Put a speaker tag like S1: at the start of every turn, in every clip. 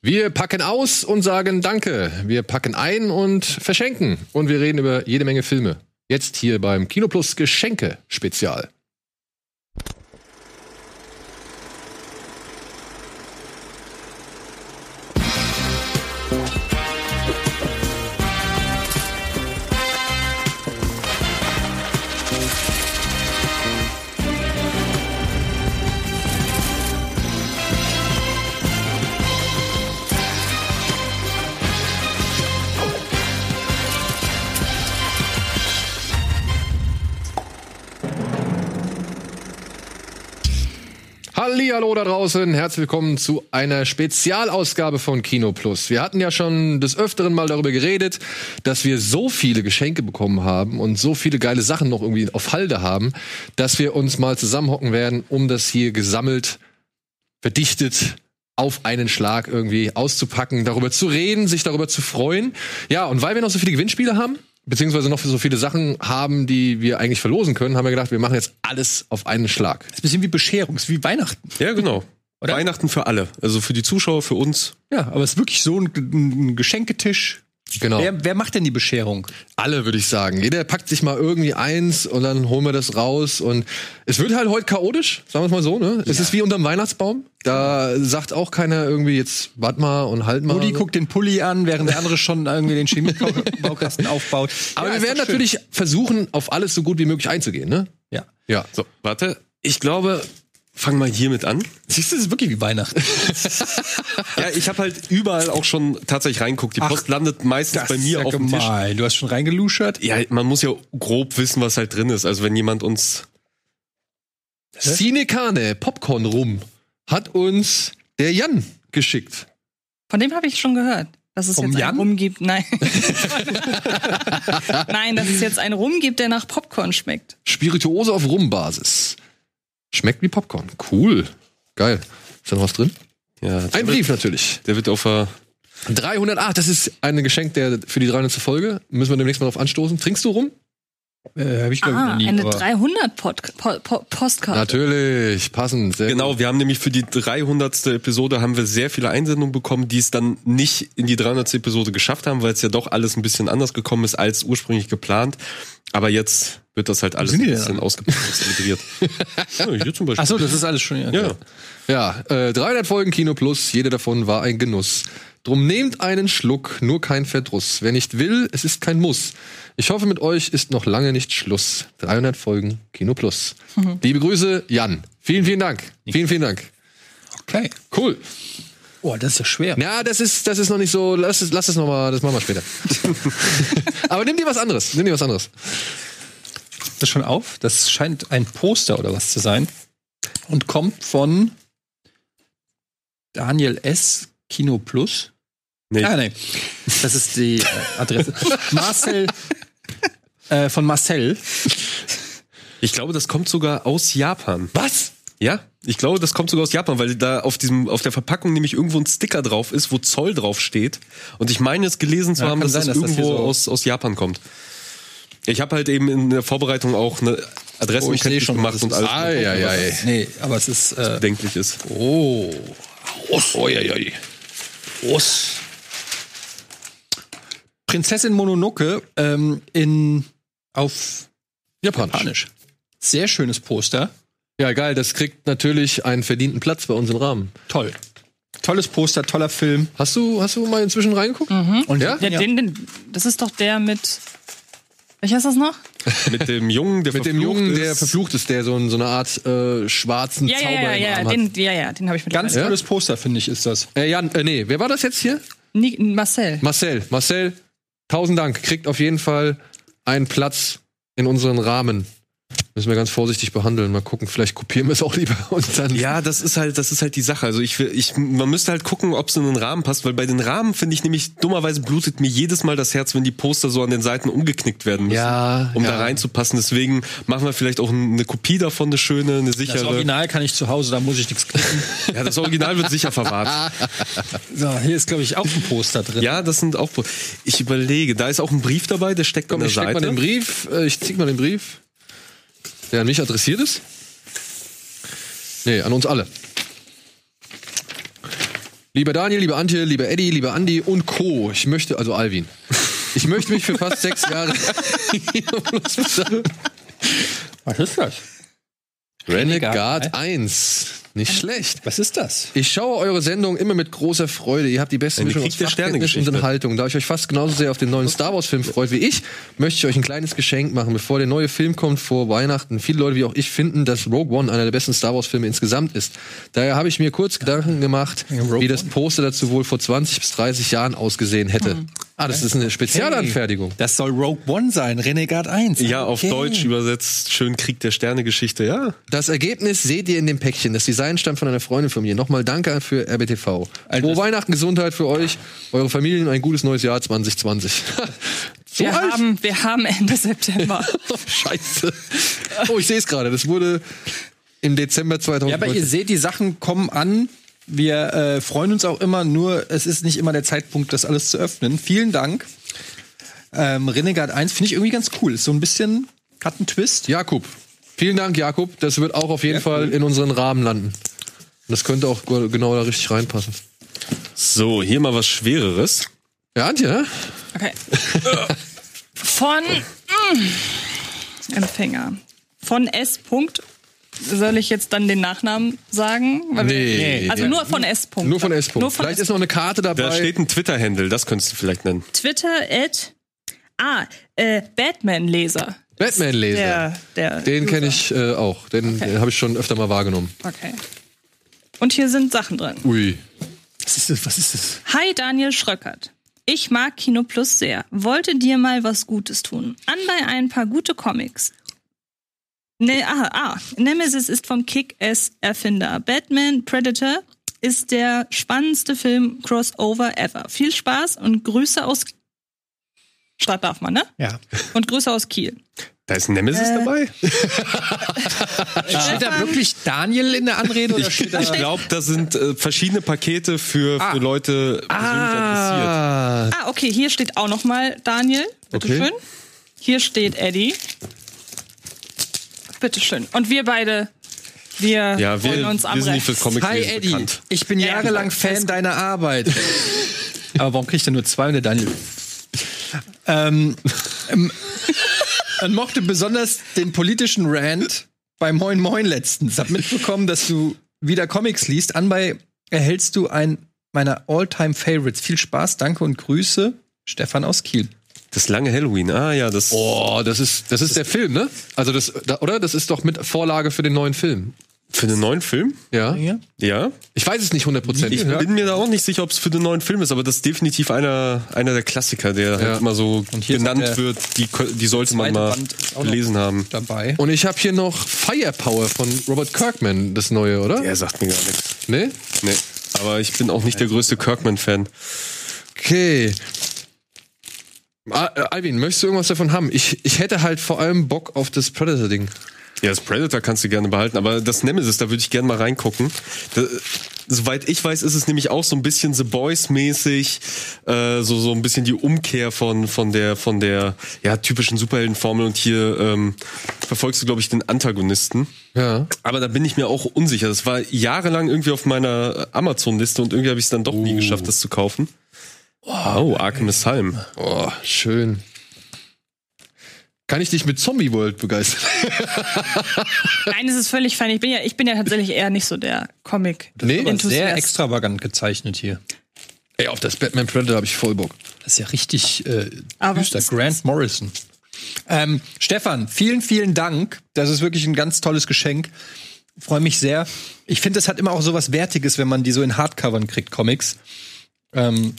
S1: Wir packen aus und sagen Danke. Wir packen ein und verschenken. Und wir reden über jede Menge Filme. Jetzt hier beim Kinoplus Geschenke Spezial. Hallo da draußen, herzlich willkommen zu einer Spezialausgabe von Kino Plus. Wir hatten ja schon des öfteren mal darüber geredet, dass wir so viele Geschenke bekommen haben und so viele geile Sachen noch irgendwie auf Halde haben, dass wir uns mal zusammenhocken werden, um das hier gesammelt, verdichtet auf einen Schlag irgendwie auszupacken, darüber zu reden, sich darüber zu freuen. Ja, und weil wir noch so viele Gewinnspiele haben, beziehungsweise noch so viele Sachen haben, die wir eigentlich verlosen können, haben wir gedacht, wir machen jetzt alles auf einen Schlag.
S2: Das ist ein bisschen wie Bescherung, ist wie Weihnachten.
S3: Ja, genau.
S2: Oder?
S3: Weihnachten für alle. Also für die Zuschauer, für uns.
S2: Ja, aber es ist wirklich so ein, ein Geschenketisch.
S1: Genau.
S2: Wer, wer macht denn die Bescherung?
S1: Alle, würde ich sagen. Jeder packt sich mal irgendwie eins und dann holen wir das raus. Und es wird halt heute chaotisch, sagen wir es mal so, ne? Es ist wie unterm Weihnachtsbaum. Da sagt auch keiner irgendwie, jetzt wart mal und halt mal.
S2: Pulli
S1: So.
S2: guckt den Pulli an, während der andere schon irgendwie den Chemiebaukasten aufbaut.
S1: Aber
S2: Ja,
S1: wir
S2: ist
S1: werden
S2: doch schön.
S1: natürlich versuchen, auf alles so gut wie möglich einzugehen, ne?
S2: Ja.
S1: Ja.
S3: So, warte. Ich glaube, fang mal hiermit an.
S2: Siehst du, es ist wirklich wie Weihnachten.
S3: Ja, ich habe halt überall auch schon tatsächlich reinguckt. Die
S2: Ach,
S3: Post landet meistens bei mir auf dem Tisch.
S2: gemein. Du hast schon reingeluschert.
S3: Ja, man muss ja grob wissen, was halt drin ist. Also wenn jemand uns
S1: Sine Carne, Popcorn rum, hat uns der Jan geschickt.
S4: Von dem habe ich schon gehört. Dass es
S2: Vom
S4: jetzt
S2: Jan?
S4: einen Rum gibt. Nein. Nein, dass es jetzt einen Rum gibt, der nach Popcorn schmeckt.
S1: Spirituose auf Rumbasis. Schmeckt wie Popcorn. Cool. Geil. Ist da noch was drin?
S3: ja, der
S1: Ein
S3: wird-
S1: Brief natürlich.
S3: der wird auf der
S1: 308, das ist ein Geschenk der für die 300. Folge. Müssen wir demnächst mal drauf anstoßen. Trinkst du rum?
S2: Äh, hab ich glaube
S4: Ah,
S2: noch nie.
S4: eine
S2: aber-
S4: 300 Pod po po Postkarte.
S1: Natürlich, passend. Sehr
S3: Genau, wir haben nämlich für die 300. Episode haben wir sehr viele Einsendungen bekommen, die es dann nicht in die 300. Episode geschafft haben, weil es ja doch alles ein bisschen anders gekommen ist als ursprünglich geplant. Aber jetzt wird das halt alles ein
S2: sind die denn
S3: bisschen ausgepackt und zelebriert. ja, hier zum Beispiel.
S2: Ach so, das ist alles schon.
S3: ja.
S1: Gut. Ja, äh, 300 Folgen Kino Plus, jede davon war ein Genuss. Drum nehmt einen Schluck, nur kein Verdruss. Wer nicht will, es ist kein Muss. Ich hoffe, mit euch ist noch lange nicht Schluss. 300 Folgen Kino Plus. Liebe Grüße, Jan. Vielen, vielen Dank. Vielen, vielen Dank.
S2: Okay.
S1: Cool.
S2: Oh, das ist ja schwer.
S1: Ja, das ist, das ist noch nicht so. Lass es, lass es noch mal. Das machen wir später. Aber nimm dir was anderes. Nimm dir was anderes.
S2: Ist das schon auf? Das scheint ein Poster oder was zu sein. Und kommt von Daniel S. Kino Plus.
S3: Nee.
S2: Ah, nee. Das ist die äh, Adresse. Marcel. Äh, von Marcel.
S3: Ich glaube, das kommt sogar aus Japan.
S1: Was?
S3: Ja, ich glaube, das kommt sogar aus Japan, weil da auf diesem auf der Verpackung nämlich irgendwo ein Sticker drauf ist, wo Zoll drauf steht. Und ich meine es gelesen zu
S2: Ja,
S3: haben,
S2: kann
S3: dass
S2: sein,
S3: das
S2: dass das hier
S3: irgendwo
S2: so-
S3: aus, aus Japan kommt. Ich habe halt eben in der Vorbereitung auch eine Adresse
S2: Oh, ich sehe schon,
S3: gemacht
S2: das
S3: und
S2: ist-
S3: alles
S1: Ei, ei, ei.
S2: Nee, aber es ist. Äh,
S3: bedenklich ist.
S1: Oh. Oh, ja, ja, ja.
S2: Groß. Prinzessin Mononoke ähm, in auf
S1: Japanisch.
S2: Japanisch. Sehr schönes Poster.
S1: Ja, geil. Das kriegt natürlich einen verdienten Platz bei uns im Rahmen.
S2: Toll. Tolles Poster, toller Film.
S1: Hast du, hast du mal inzwischen reingeguckt?
S4: Mhm.
S2: Und
S1: Ja?
S4: Ja, Den, den, das ist doch der mit. Welcher ist das noch?
S3: Mit dem Jungen, der
S1: Mit dem
S3: verflucht
S1: Jungen,
S3: ist.
S1: der verflucht ist, der so, ein, so eine Art äh, schwarzen
S4: Ja, ja,
S1: Zauber
S4: ja,
S1: im
S4: ja,
S1: Arm hat.
S4: den, ja, ja, den habe ich mit
S2: Ganz
S4: dabei.
S2: tolles Poster, finde ich, ist das.
S1: Äh, Jan, äh, nee, wer war das jetzt hier?
S4: Ni Marcel.
S1: Marcel. Marcel, tausend Dank. Kriegt auf jeden Fall einen Platz in unseren Rahmen. Müssen wir ganz vorsichtig behandeln. Mal gucken, vielleicht kopieren wir es auch lieber und dann
S3: Ja, das ist halt, das ist halt die Sache. Also ich, will- ich, man müsste halt gucken, ob es in den Rahmen passt, weil bei den Rahmen finde ich nämlich dummerweise blutet mir jedes Mal das Herz, wenn die Poster so an den Seiten umgeknickt werden müssen,
S1: Ja,
S3: um
S1: ja.
S3: da reinzupassen. Deswegen machen wir vielleicht auch eine Kopie davon, eine schöne, eine
S2: Das
S3: sichere.
S2: Original kann ich zu Hause, da muss ich nichts klicken.
S3: ja, das Original wird sicher verwahrt.
S2: So, hier ist, glaube ich, auch ein Poster drin.
S3: Ja, das sind auch. Ich überlege, da ist auch ein Brief dabei, der steckt
S1: Komm,
S3: an der
S1: ich steck mal
S3: Seite.
S1: den Brief, äh, ich zieh mal den Brief, der an mich adressiert ist. Nee, an uns alle. Lieber Daniel, lieber Antje, lieber Eddie, lieber Andy und Co. Ich möchte, also Alvin. Ich möchte mich für fast sechs Jahre. um
S2: Was ist das?
S1: Renegade 1. Nicht schlecht.
S2: Was ist das?
S1: Ich schaue eure Sendung immer mit großer Freude. Ihr habt die beste
S3: Ein
S1: Mischung
S3: Krieg
S1: aus
S3: der
S1: Fachkenntnis und
S3: Sterne-Geschichte.
S1: Unterhaltung. Da ich euch fast genauso sehr auf den neuen Star Wars Film freut wie ich, möchte ich euch ein kleines Geschenk machen. Bevor der neue Film kommt vor Weihnachten, viele Leute wie auch ich finden, dass Rogue One einer der besten Star Wars Filme insgesamt ist. Daher habe ich mir kurz Gedanken gemacht,
S2: Rogue
S1: wie das Poster dazu wohl vor 20 bis 30 Jahren ausgesehen hätte. Ah, das ist eine Spezialanfertigung.
S2: Das soll Rogue One sein, Renegade 1.
S3: Ja, auf
S2: Okay.
S3: Deutsch übersetzt, schön Krieg der Sterne Geschichte, ja.
S1: Das Ergebnis seht ihr in dem Päckchen. Das Design stammt von einer Freundin von mir. Nochmal danke für RBTV.
S2: Alter.
S1: Frohe Weihnachten, Gesundheit für euch, eure Familien und ein gutes neues Jahr 2020. so
S4: Wir
S1: alt?
S4: haben, wir haben Ende September.
S1: Scheiße. Oh, ich sehe es gerade. Das wurde im Dezember
S2: Ja, aber
S1: 2019.
S2: ihr seht, die Sachen kommen an. Wir äh, freuen uns auch immer, nur es ist nicht immer der Zeitpunkt, das alles zu öffnen. Vielen Dank. Ähm, Renegade 1 finde ich irgendwie ganz cool. Ist so ein bisschen, hat einen Twist.
S1: Jakub. Vielen Dank, Jakub. Das wird auch auf jeden Fall in unseren Rahmen landen. Und Das könnte auch go- genau da richtig reinpassen.
S3: So, hier mal was Schwereres.
S1: Ja, Antje, ne?
S4: Okay. Von mm, Empfänger. Von S. Punkt. Soll ich jetzt dann den Nachnamen sagen? Weil wir-
S1: Nee.
S4: Also nur von S. Punkt.
S1: Nur von S.
S4: Nur
S1: Punkt.
S4: von
S1: Vielleicht
S4: S.
S1: ist noch eine Karte dabei.
S3: Da steht ein Twitter-Handle, das könntest du vielleicht nennen.
S4: Twitter at Ah, äh, Batman-Leser.
S1: Batman-Leser.
S4: Der, der.
S1: Den kenne ich äh, auch. Den, den habe ich schon öfter mal wahrgenommen.
S4: Okay. Und hier sind Sachen drin.
S1: Ui.
S2: Was ist das? Was ist das?
S4: Hi Daniel Schröckert. Ich mag Kino Plus sehr. Wollte dir mal was Gutes tun. Anbei ein paar gute Comics. Ne, ah, ah, Nemesis ist vom Kick-Ass-Erfinder. Batman Predator ist der spannendste Film Crossover ever. Viel Spaß und Grüße aus Stadt darf man, ne?
S2: Ja.
S4: Und Grüße aus Kiel.
S3: Da ist Nemesis
S1: Äh.
S3: dabei?
S2: Steht da wirklich Daniel in der Anrede oder steht da
S3: Ich glaube, das sind äh, verschiedene Pakete für, für Leute persönlich adressiert.
S1: Ah,
S4: Ah, okay, hier steht auch noch mal Daniel. Bitteschön.
S1: Okay.
S4: Hier steht Eddie. Bitteschön. Und wir beide, wir
S3: Ja,
S4: wollen
S3: wir,
S4: uns am
S3: wir sind nicht für Comics
S2: Hi Eddie,
S3: bekannt.
S2: ich bin jahrelang Fan deiner Arbeit. Aber warum kriegt er nur zwei und der Daniel? Ähm, ähm, man mochte besonders den politischen Rant bei Moin Moin letztens. Hab mitbekommen, dass du wieder Comics liest. Anbei erhältst du einen meiner All-Time-Favorites. Viel Spaß, danke und Grüße, Stefan aus Kiel.
S3: Das lange Halloween, ah ja, das.
S1: oh, das ist, das ist der Film, ne? Also das, da, oder? Das ist doch mit Vorlage für den neuen Film.
S3: Für den neuen Film?
S1: Ja.
S3: Ja.
S1: Ich weiß es nicht hundertprozentig. ne?
S3: Ich bin mir da auch nicht sicher, ob es für den neuen Film ist, aber das ist definitiv einer, einer der Klassiker,
S1: Ja.
S3: der halt immer so
S2: hier ist
S3: genannt
S2: der
S3: wird. Die, kö- die sollte man
S2: zweite
S3: mal
S2: Band ist auch noch-
S3: gelesen haben.
S2: Dabei. Oh,
S1: Und ich habe hier noch Firepower von Robert Kirkman, das neue, oder?
S3: Er sagt mir gar nichts.
S1: Ne?
S3: Nee. Aber ich bin auch nicht der größte Kirkman-Fan.
S1: Okay. Ah, äh, Alvin, möchtest du irgendwas davon haben? Ich, ich hätte halt vor allem Bock auf das Predator-Ding.
S3: Ja, das Predator kannst du gerne behalten, aber das Nemesis, da würde ich gerne mal reingucken. Da, soweit ich weiß, ist es nämlich auch so ein bisschen The Boys-mäßig, äh, so, so ein bisschen die Umkehr von, von der, von der ja, typischen Superheldenformel und hier ähm, verfolgst du, glaube ich, den Antagonisten.
S1: Ja.
S3: Aber da bin ich mir auch unsicher. Das war jahrelang irgendwie auf meiner Amazon-Liste und irgendwie habe ich es dann doch
S2: Oh.
S3: nie geschafft, das zu kaufen. Wow, Arkham Asylum.
S1: Oh, schön. Kann ich dich mit Zombie World begeistern?
S4: Nein, es ist völlig fein. Ich bin ja, ich bin ja tatsächlich eher nicht so der Comic.
S1: Nee,
S2: Aber sehr
S4: Enthusiast.
S2: extravagant gezeichnet hier.
S1: Ey, auf das Batman Predator habe ich voll Bock.
S2: Das ist ja richtig äh,
S4: Aber
S2: düster.
S4: es ist-
S2: Grant Morrison. Ähm, Stefan, vielen, vielen Dank. Das ist wirklich ein ganz tolles Geschenk. Freue mich sehr. Ich finde, es hat immer auch so was Wertiges, wenn man die so in Hardcovern kriegt, Comics. Ähm,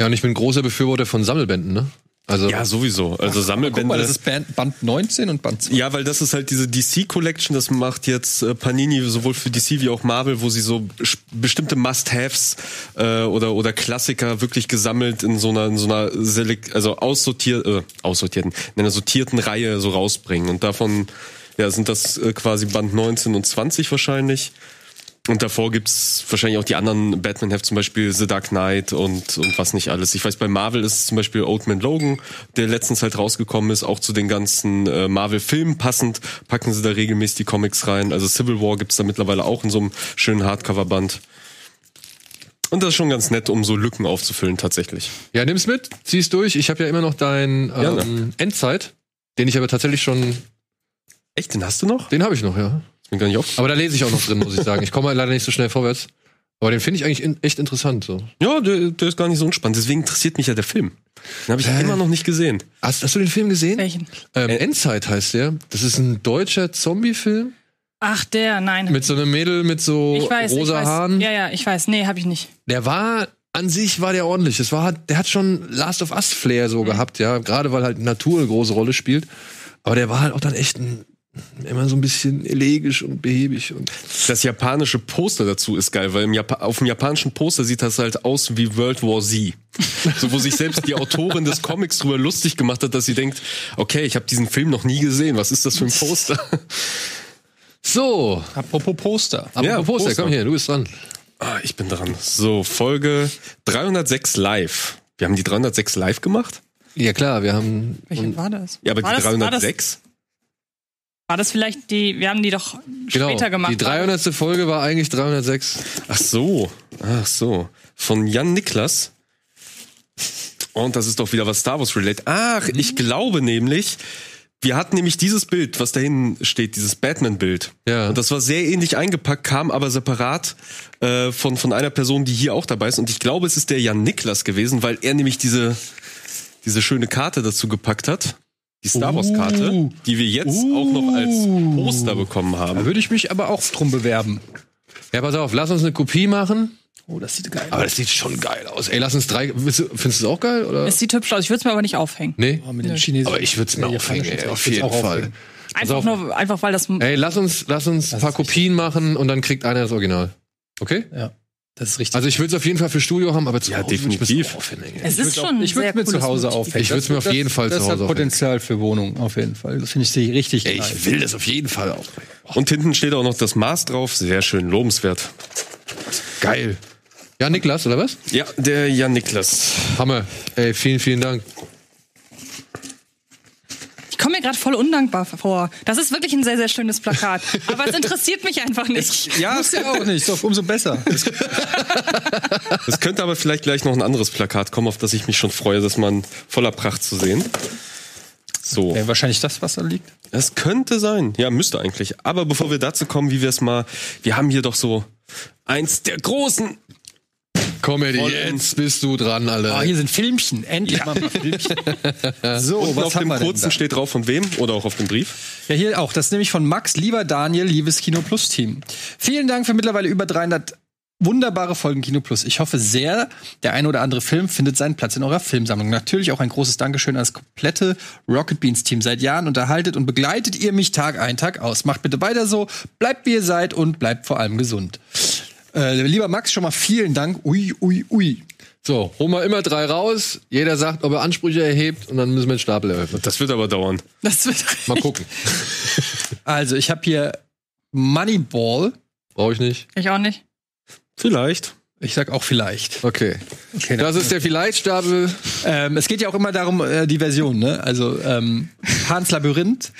S1: Ja, und ich bin großer Befürworter von Sammelbänden, ne? Also,
S3: Ja, sowieso. Also
S2: guck mal, das
S3: Sammelbände.
S2: ist Band, Band 19 und Band 20.
S3: Ja, weil das ist halt diese DC Collection, das macht jetzt äh, Panini sowohl für DC wie auch Marvel, wo sie so bes- bestimmte Must-Haves äh, oder oder Klassiker wirklich gesammelt in so einer in so einer Select also aussortiert äh, aussortierten in einer sortierten Reihe so rausbringen und davon ja sind das äh, quasi Band 19 und 20 wahrscheinlich. Und davor gibt's wahrscheinlich auch die anderen Batman-Heft, zum Beispiel The Dark Knight und, und was nicht alles. Ich weiß, bei Marvel ist es zum Beispiel Old Man Logan, der letztens halt rausgekommen ist, auch zu den ganzen äh, Marvel-Filmen passend, packen sie da regelmäßig die Comics rein. Also Civil War gibt's da mittlerweile auch in so einem schönen Hardcover-Band. Und das ist schon ganz nett, um so Lücken aufzufüllen tatsächlich.
S1: Ja, nimm's mit, zieh's durch. Ich habe ja immer noch dein
S3: Gerne.
S1: ähm, Endzeit, den ich aber tatsächlich schon,
S3: Echt, den hast du noch?
S1: den habe ich noch, ja.
S3: Ist mir gar nicht auf.
S1: Aber da lese ich auch noch drin, muss ich sagen. Ich komme leider nicht so schnell vorwärts. Aber den finde ich eigentlich in, echt interessant. So.
S3: Ja, der, der ist gar nicht so unspannend. Deswegen interessiert mich ja der Film. Den habe ich
S1: Äh.
S3: immer noch nicht gesehen.
S1: Hast, hast du den Film gesehen?
S4: Welchen?
S1: Ähm,
S3: Äh.
S1: Endzeit heißt der. Das ist ein deutscher Zombie-Film
S4: Ach, der, nein.
S1: mit so einem Mädel mit so
S4: ich weiß,
S1: rosa
S4: ich weiß.
S1: Haaren.
S4: Ja, ja, ich weiß. Nee, hab ich nicht.
S1: Der war an sich war der ordentlich. Es war, der hat schon Last of Us Flair so gehabt, ja. Gerade weil halt Natur eine große Rolle spielt. Aber der war halt auch dann echt ein, immer so ein bisschen elegisch und behäbig. Und
S3: Das japanische Poster dazu ist geil, weil im Japa auf dem japanischen Poster sieht das halt aus wie World War Z. So, wo sich selbst die Autorin des Comics drüber lustig gemacht hat, dass sie denkt, okay, ich habe diesen Film noch nie gesehen. Was ist das für ein Poster?
S1: so,
S2: Apropos Poster.
S1: aber
S3: Ja,
S1: ja, Poster,
S3: Poster.
S1: komm hier, du bist dran.
S3: Ah, ich bin dran. So, Folge 306 live. Wir haben die 306 live gemacht?
S1: Ja klar, wir haben
S4: Welchen war das?
S3: Ja, aber
S4: war
S3: die
S4: das, War das,
S3: 306?
S4: war das vielleicht die, wir haben die doch
S1: genau
S4: später gemacht.
S2: ne?
S1: die 300. Folge war eigentlich 306.
S3: Ach so. Ach so. Von Jan Niklas. Und das ist doch wieder was Star Wars related. Ach, ich glaube nämlich, wir hatten nämlich dieses Bild, was da hinten steht, dieses Batman-Bild.
S1: Ja.
S3: Und das war sehr ähnlich eingepackt, kam aber separat äh, von, von einer Person, die hier auch dabei ist. Und ich glaube, es ist der Jan Niklas gewesen, weil er nämlich diese, diese schöne Karte dazu gepackt hat. Die Star Wars-Karte,
S2: Uh. Also
S3: die wir jetzt auch noch als Poster bekommen haben.
S2: Da würde ich mich aber auch drum bewerben.
S1: Ja, pass auf, lass uns eine Kopie machen.
S2: Oh, das sieht geil
S1: Aber das sieht schon geil aus. Ey, lass uns drei. Findest du findest du es auch geil? Oder?
S4: Es sieht hübsch aus. Ich würde es mir aber nicht aufhängen.
S1: Nee?
S2: Oh, mit den Chinesen.
S1: Aber ich würde es mir aufhängen, ey, auf jeden Fall.
S4: Einfach
S1: auf.
S4: nur, einfach weil das.
S1: Ey, lass uns, lass uns ein paar
S2: ist richtig.
S1: Kopien machen und dann kriegt einer das Original. Okay?
S2: Ja, das ist richtig.
S1: Also ich würde es auf jeden Fall für Studio haben, aber zu
S3: Ja,
S1: Hause würd ich mir das
S3: definitiv.
S1: auch aufhängen, ey.
S4: es ist
S2: würd's auch-
S4: schon.
S2: ich würde
S4: sehr
S2: mir zu
S4: cooles
S2: Hause
S4: Motiv.
S2: aufhängen.
S1: Ich würd's mir auf jeden Fall
S2: das,
S1: zu Hause
S2: Das hat Potenzial für Wohnungen, auf jeden Fall. Das finde ich sehr- richtig
S1: Ey,
S2: geil.
S1: ich will das auf jeden Fall auch.
S3: Und hinten steht auch noch das Maß drauf. Sehr schön, lobenswert.
S1: Geil. Ja, Niklas, oder was?
S3: Ja, der Jan Niklas.
S1: Hammer. Ey, vielen, vielen Dank.
S4: Ich komme mir gerade voll undankbar vor. Das ist wirklich ein sehr, sehr schönes Plakat. Aber es interessiert mich einfach nicht.
S2: Ja, ist ja auch nicht. Doch, umso besser.
S3: Es könnte aber vielleicht gleich noch ein anderes Plakat kommen, auf das ich mich schon freue, das man voller Pracht zu sehen. So,
S2: Wäre wahrscheinlich das, was da liegt.
S3: das könnte sein. Ja, müsste eigentlich. Aber bevor wir dazu kommen, wie wir es mal, wir haben hier doch so eins der großen.
S1: Comedy,
S3: Voll
S1: jetzt bist du dran,
S2: Ah,
S1: Alter.
S2: hier sind Filmchen. Endlich mal ein paar Filmchen. So,
S3: Und
S2: Oh, was
S3: auf
S2: haben
S3: dem
S2: wir denn
S3: kurzen
S2: da?
S3: steht drauf von wem oder auch auf dem Brief.
S2: Ja, hier auch. Das ist nämlich von Max, lieber Daniel, liebes Kino Plus Team. Vielen Dank für mittlerweile über 300 wunderbare Folgen Kino Plus. Ich hoffe sehr, der eine oder andere Film findet seinen Platz in eurer Filmsammlung. Natürlich auch ein großes Dankeschön an das komplette Rocket Beans Team. Seit Jahren unterhaltet und begleitet ihr mich Tag ein, Tag aus. Macht bitte weiter so, bleibt wie ihr seid und bleibt vor allem gesund. Äh, lieber Max, schon mal vielen Dank. Ui, ui, ui.
S1: So, hol mal immer drei raus. Jeder sagt, ob er Ansprüche erhebt und dann müssen wir den Stapel eröffnen.
S3: Das wird aber dauern.
S4: Das wird
S1: Mal gucken.
S2: Also, ich habe hier Moneyball.
S1: Brauche ich nicht.
S4: ich auch nicht.
S3: Vielleicht.
S2: Ich sag auch vielleicht.
S1: Okay. Das ist der Vielleicht-Stapel.
S2: Ähm, es geht ja auch immer darum, äh, die Version, ne? Also ähm, Hans Labyrinth.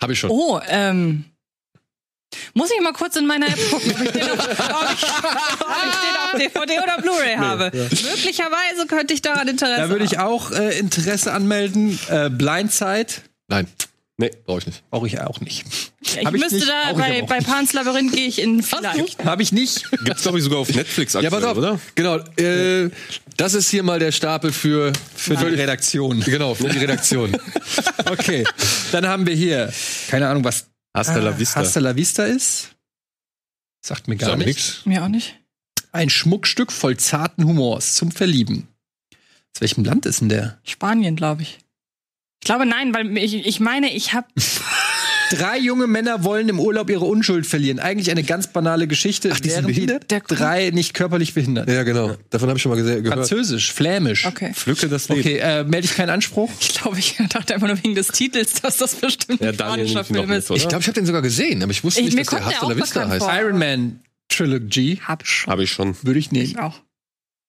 S1: Hab ich schon.
S4: Oh, ähm. Muss ich mal kurz in meiner App gucken, ob ich den auf, ob ich, ob ich den auf DVD oder Blu-ray habe. Möglicherweise könnte ich daran Interesse
S1: Also
S2: Da würde ich auch äh, Interesse anmelden. Äh, Blindside
S1: Nein.
S3: Nee.
S1: Brauche ich nicht.
S2: brauche ich auch nicht.
S4: haben. Ich
S2: hab ich
S4: müsste
S2: nicht,
S4: da,
S2: auch
S4: bei,
S2: ich aber
S4: bei Pans Labyrinth gehe ich in vielleicht.
S2: Habe ich nicht.
S3: Gibt's glaube ich sogar auf Netflix
S1: Ja, pass
S3: aktuell,
S1: auf.
S3: oder?
S1: Genau. Äh, das ist hier mal der Stapel für,
S2: Für die Redaktion.
S1: genau, für die Redaktion.
S2: Okay. Dann haben wir hier, keine Ahnung, was
S3: Hasta la vista.
S2: Hasta la Vista ist. Sagt mir gar
S1: Sag mir
S2: nichts.
S1: nix.
S4: Mir auch nicht.
S2: Ein Schmuckstück voll zarten Humors zum Verlieben. Aus welchem Land ist denn der?
S4: Spanien, glaube ich. Ich glaube, nein, weil ich, ich meine, ich habe.
S2: Drei junge Männer wollen im Urlaub ihre Unschuld verlieren. Eigentlich eine ganz banale Geschichte. Ach,
S1: die sind behindert?
S2: die drei nicht körperlich behindert.
S1: Ja, genau. Davon habe ich schon mal gese- gehört.
S2: Französisch, Flämisch.
S4: Okay.
S3: Pflücke das Leben.
S2: Okay, äh, melde ich keinen Anspruch?
S4: Ich glaube, ich dachte einfach nur wegen des Titels, dass das bestimmt
S3: Ja,
S4: ein
S3: Daniel
S4: spanischer
S3: nimmt ihn noch
S4: Film
S3: mit,
S4: ist.
S3: oder?
S1: Ich glaube, ich habe den sogar gesehen, aber ich wusste
S4: Ich-
S1: nicht,
S4: mir
S1: dass der
S4: kommt der
S1: Hasta la
S4: auch
S1: Vista
S4: bekannt
S1: heißt.
S4: vor.
S2: Iron Man Trilogy
S4: Hab schon.
S3: Habe ich schon.
S2: würde ich
S4: Ich
S2: nehmen.
S4: auch.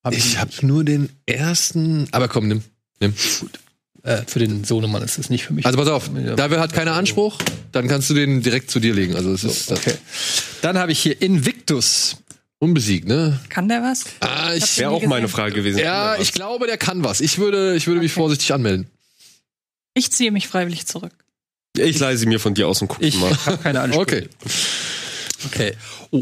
S2: Hab
S1: Ich habe nur den ersten. Aber komm, nimm. nimm.
S2: äh, für den Sohnemann ist das nicht für mich.
S1: Also pass auf, da wir hat keiner Anspruch, dann kannst du den direkt zu dir legen. Also es ist
S2: okay. Dann habe ich hier Invictus.
S1: Unbesiegt, ne?
S4: Kann der was?
S1: Ah, ich,
S3: Wäre auch meine Frage gewesen.
S1: ja, ich glaube, der kann was. Ich würde, ich würde mich
S4: Okay.
S1: vorsichtig anmelden.
S4: Ich ziehe mich freiwillig zurück.
S3: ich leise mir von dir aus und guck
S2: Ich
S3: mal.
S2: habe keine Ansprüche.
S1: Okay.
S2: okay. Oh.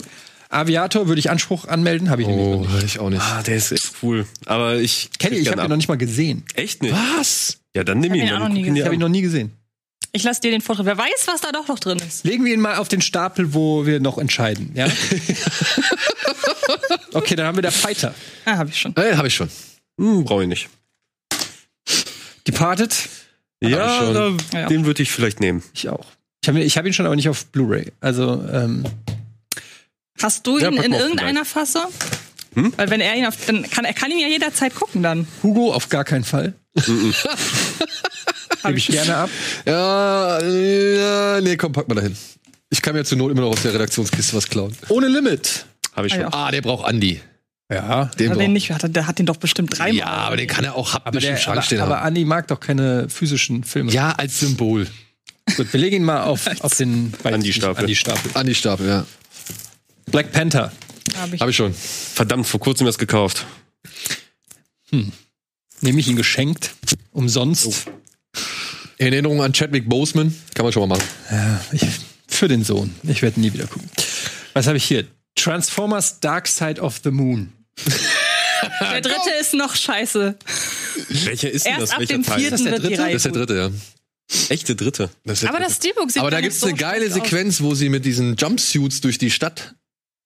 S2: Aviator würde ich Anspruch anmelden, habe ich nämlich noch
S1: Oh,
S2: nicht.
S1: ich auch nicht.
S3: Ah, der ist echt cool. Aber ich
S2: Kenn ich, ich
S3: gern
S2: habe ihn
S3: ab.
S2: noch nicht mal gesehen.
S3: Echt nicht?
S1: Was?
S3: Ja, dann nimm
S4: Hab
S3: ihn.
S4: ihn auch
S3: dann
S4: noch nie
S3: guck ihn
S2: Ich
S3: dir
S2: habe
S3: an.
S2: ihn noch nie gesehen.
S4: Ich lasse dir den Vortritt. Wer weiß, was da doch noch drin ist.
S2: Legen wir ihn mal auf den Stapel, wo wir noch entscheiden, ja? okay, dann haben wir der Fighter.
S4: Ah, habe ich schon.
S1: Nein, habe ich schon.
S3: Hm, brauche ich nicht.
S2: Departed?
S1: ich
S3: Ja,
S1: schon.
S3: da,
S4: Ja.
S3: den würde ich vielleicht nehmen.
S2: Ich auch. Ich habe ich hab ihn schon, aber nicht auf Blu-ray. Also, ähm,
S4: Hast du ihn
S3: Ja, pack
S4: in
S3: mal auf
S4: irgendeiner Fassung? Weil wenn er ihn auf, dann kann er kann ihn ja jederzeit gucken dann.
S2: Hugo auf gar keinen Fall.
S4: Hab
S2: Gebe ich gerne ab.
S1: Ja, ja, nee, komm, pack mal dahin. Ich kann mir zur Not immer noch aus der Redaktionskiste was klauen.
S2: Ohne Limit.
S3: Habe ich
S4: Ah,
S3: schon.
S4: ja.
S1: Ah, der braucht Andi. Den
S2: Ja.
S4: Hat er den
S1: braucht.
S4: nicht, hat er, der hat den doch bestimmt dreimal.
S1: Ja, aber den kann er auch
S2: Aber,
S1: haptisch im
S2: der,
S1: Schrank
S2: aber,
S1: stehen
S2: aber
S1: haben.
S2: Andi mag doch keine physischen Filme.
S1: Ja, als Symbol.
S2: Gut, wir legen ihn mal auf, auf den
S3: Andi-Stapel.
S2: Andi-Stapel.
S1: Andi-Stapel, ja.
S2: Black Panther.
S4: Hab ich.
S1: Habe ich schon.
S3: Verdammt, vor kurzem erst gekauft.
S2: Nehme ich ihn geschenkt.
S1: Oh.
S2: Umsonst.
S1: In Erinnerung an Chadwick Boseman. Kann man schon mal machen.
S2: Ja, Äh, ich, für den Sohn. Ich werde nie wieder gucken. Was habe ich hier? Transformers Dark Side of the Moon.
S4: Der dritte ist noch scheiße.
S3: Welcher ist denn
S4: Erst
S3: das?
S4: ab
S3: Welcher
S4: dem
S3: Teil?
S4: vierten
S2: der
S4: wird die
S2: dritte?
S4: Reihe.
S1: Das ist der
S4: gut.
S1: dritte, ja.
S3: Echte Dritte.
S1: Das ist der
S4: Aber
S1: dritte.
S4: das Steelbook sieht
S1: Aber da
S4: gar
S1: gibt
S4: nicht
S1: es
S4: so
S1: eine geile
S4: schlecht aus.
S1: Sequenz, wo sie mit diesen Jumpsuits durch die Stadt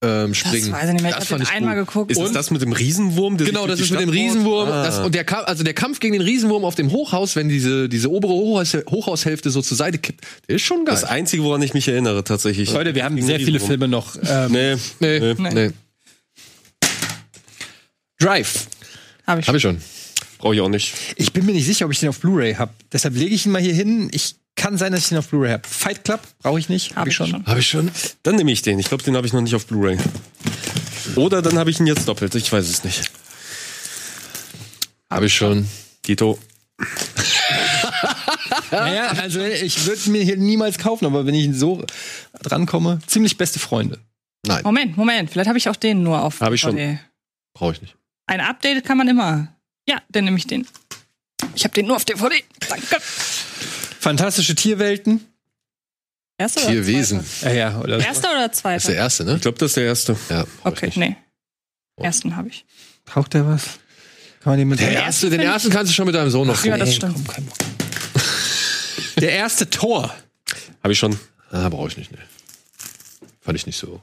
S1: ähm, springen.
S4: Das weiß ich nicht
S1: Das
S4: mehr. Ich habe
S1: fand
S4: den
S1: ich
S4: einmal
S1: cool.
S4: geguckt.
S3: Ist das das mit dem Riesenwurm? der
S1: Genau,
S3: sich
S1: das
S3: durch
S1: ist
S3: die
S1: mit dem
S3: Stadt baut?
S1: Riesenwurm.
S3: Ah.
S1: Das, und der, Ka- also der Kampf gegen den Riesenwurm auf dem Hochhaus, wenn diese, diese obere Hochhaus, Hochhaushälfte so zur Seite kippt, der ist schon geil.
S3: das Einzige, woran ich mich erinnere, tatsächlich.
S2: Leute, wir haben
S3: Gegen
S2: sehr viele
S3: Riesenwurm.
S2: Filme noch. Ähm,
S3: Nee,
S1: nee, nee,
S4: Nee.
S2: Drive.
S4: Hab ich.
S1: Hab ich schon.
S3: brauche ich auch nicht.
S2: Ich bin mir nicht sicher, ob ich den auf Blu-ray habe. Deshalb lege ich ihn mal hier hin. Ich kann sein, dass ich den auf Blu-ray habe. Fight Club brauche ich nicht.
S4: Hab ich schon.
S1: Hab ich schon.
S3: Dann nehme ich den. Ich glaube, den habe ich noch nicht auf Blu-ray. Oder dann habe ich ihn jetzt doppelt. Ich weiß es nicht.
S1: Hab ich schon.
S3: Dito.
S2: Naja, also ich würde mir hier niemals kaufen, aber wenn ich ihn so drankomme, ziemlich beste Freunde.
S1: Nein,
S4: Moment, Moment. Vielleicht habe ich auch den nur auf.
S3: Hab ich schon.
S4: DVD.
S1: brauche ich nicht.
S4: Ein Update kann man immer. Ja, dann nehme ich den. Ich habe den nur auf DVD. Danke.
S2: Fantastische Tierwelten.
S4: Erster oder
S1: Tierwesen.
S4: zweiter?
S2: Ja, ja, oder?
S4: Erster oder
S1: Das ist der
S4: zweiter?
S1: erste, ne?
S3: Ich glaube, das ist der erste.
S1: Ja, brauch ich
S4: Okay,
S1: nicht.
S4: nee. Ersten habe ich.
S2: Braucht der was? Kann man den mit
S1: Der erste, den ersten kannst du schon mit deinem Sohn noch
S4: Ja,
S1: gucken.
S4: das stimmt.
S2: Der erste Tor.
S3: Habe ich schon.
S1: Ah, brauche ich nicht, ne. Fand ich nicht so.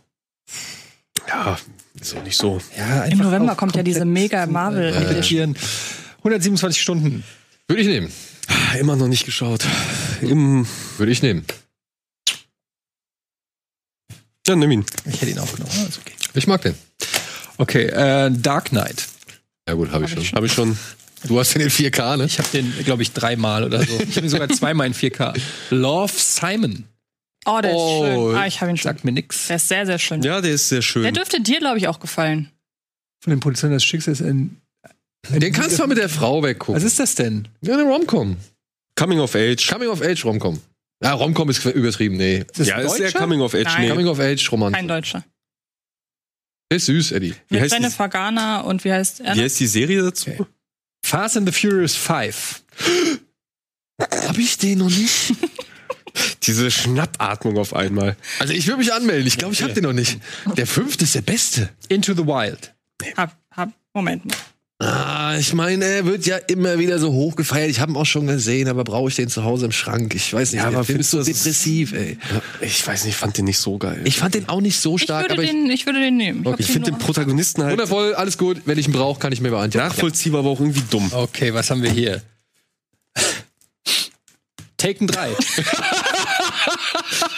S3: Ja, so nicht so.
S2: Ja,
S4: Im November kommt ja diese mega Marvel.
S2: Komplettieren. 127 Stunden.
S1: Würde ich nehmen.
S3: Immer noch nicht geschaut. Im,
S1: Würde ich nehmen.
S3: ja, nimm ihn.
S2: Ich hätte ihn aufgenommen. Ist okay,
S1: Ich mag den.
S2: okay äh, Dark Knight.
S1: Ja gut, habe ich schon.
S3: Habe ich schon.
S1: Du hast den in 4K, ne?
S2: Ich habe den, glaube ich, dreimal oder so. Ich habe ihn sogar zweimal in 4K. Love Simon.
S4: Oh, der
S1: Oh.
S4: ist schön. Ah, ich habe ihn schon.
S2: Sagt mir nix.
S4: Der ist sehr, sehr schön.
S3: Ja, der ist sehr
S4: Der
S3: schön.
S4: dürfte dir, glaube ich, auch gefallen.
S2: Von den Polizisten des Schicksals in.
S1: Den kannst du mal mit der Frau weggucken.
S2: Was ist das denn?
S1: ja, eine Romcom.
S3: Coming of Age.
S1: Coming of Age Romcom. Ja, Romcom ist übertrieben, nee.
S2: Ist das
S3: ja,
S2: ein
S3: ist der
S2: Deutscher?
S3: Coming of Age.
S4: Nein.
S3: Nee.
S1: Coming of Age Roman.
S4: Kein Deutscher.
S1: Der ist süß, Eddie.
S3: Hm. Wie
S4: Mit
S3: heißt die-
S4: Jennifer Garner und wie heißt er?
S3: Wie heißt die Serie dazu?
S2: Okay. Fast and the Furious 5.
S1: Hab ich den noch nicht?
S3: Diese Schnappatmung auf einmal.
S1: Also ich würde mich anmelden. Ich glaube, ich habe den noch nicht. Der fünfte ist der beste.
S2: Into the Wild.
S4: Hab, hab, Moment. mal.
S1: Ah, ich meine, er wird ja immer wieder so hoch gefeiert. Ich habe ihn auch schon gesehen, aber brauche ich den zu Hause im Schrank? Ich weiß nicht.
S3: Ja, aber
S1: der Film ist so
S3: findest du, das ist-
S1: depressiv, ey.
S3: Ich weiß nicht, ich fand den nicht so geil.
S1: Ich fand den auch nicht so
S4: Ich,
S1: stark,
S4: würde
S1: aber ich,
S4: den, ich würde den nehmen. hab
S3: Ich
S4: den
S3: finde
S4: nur-
S3: den Protagonisten halt
S1: wundervoll, alles gut. Wenn ich ihn brauche, kann ich mir beantworten.
S3: nachvollziehbar, aber auch irgendwie dumm.
S2: Okay, was haben wir hier? Taken 3.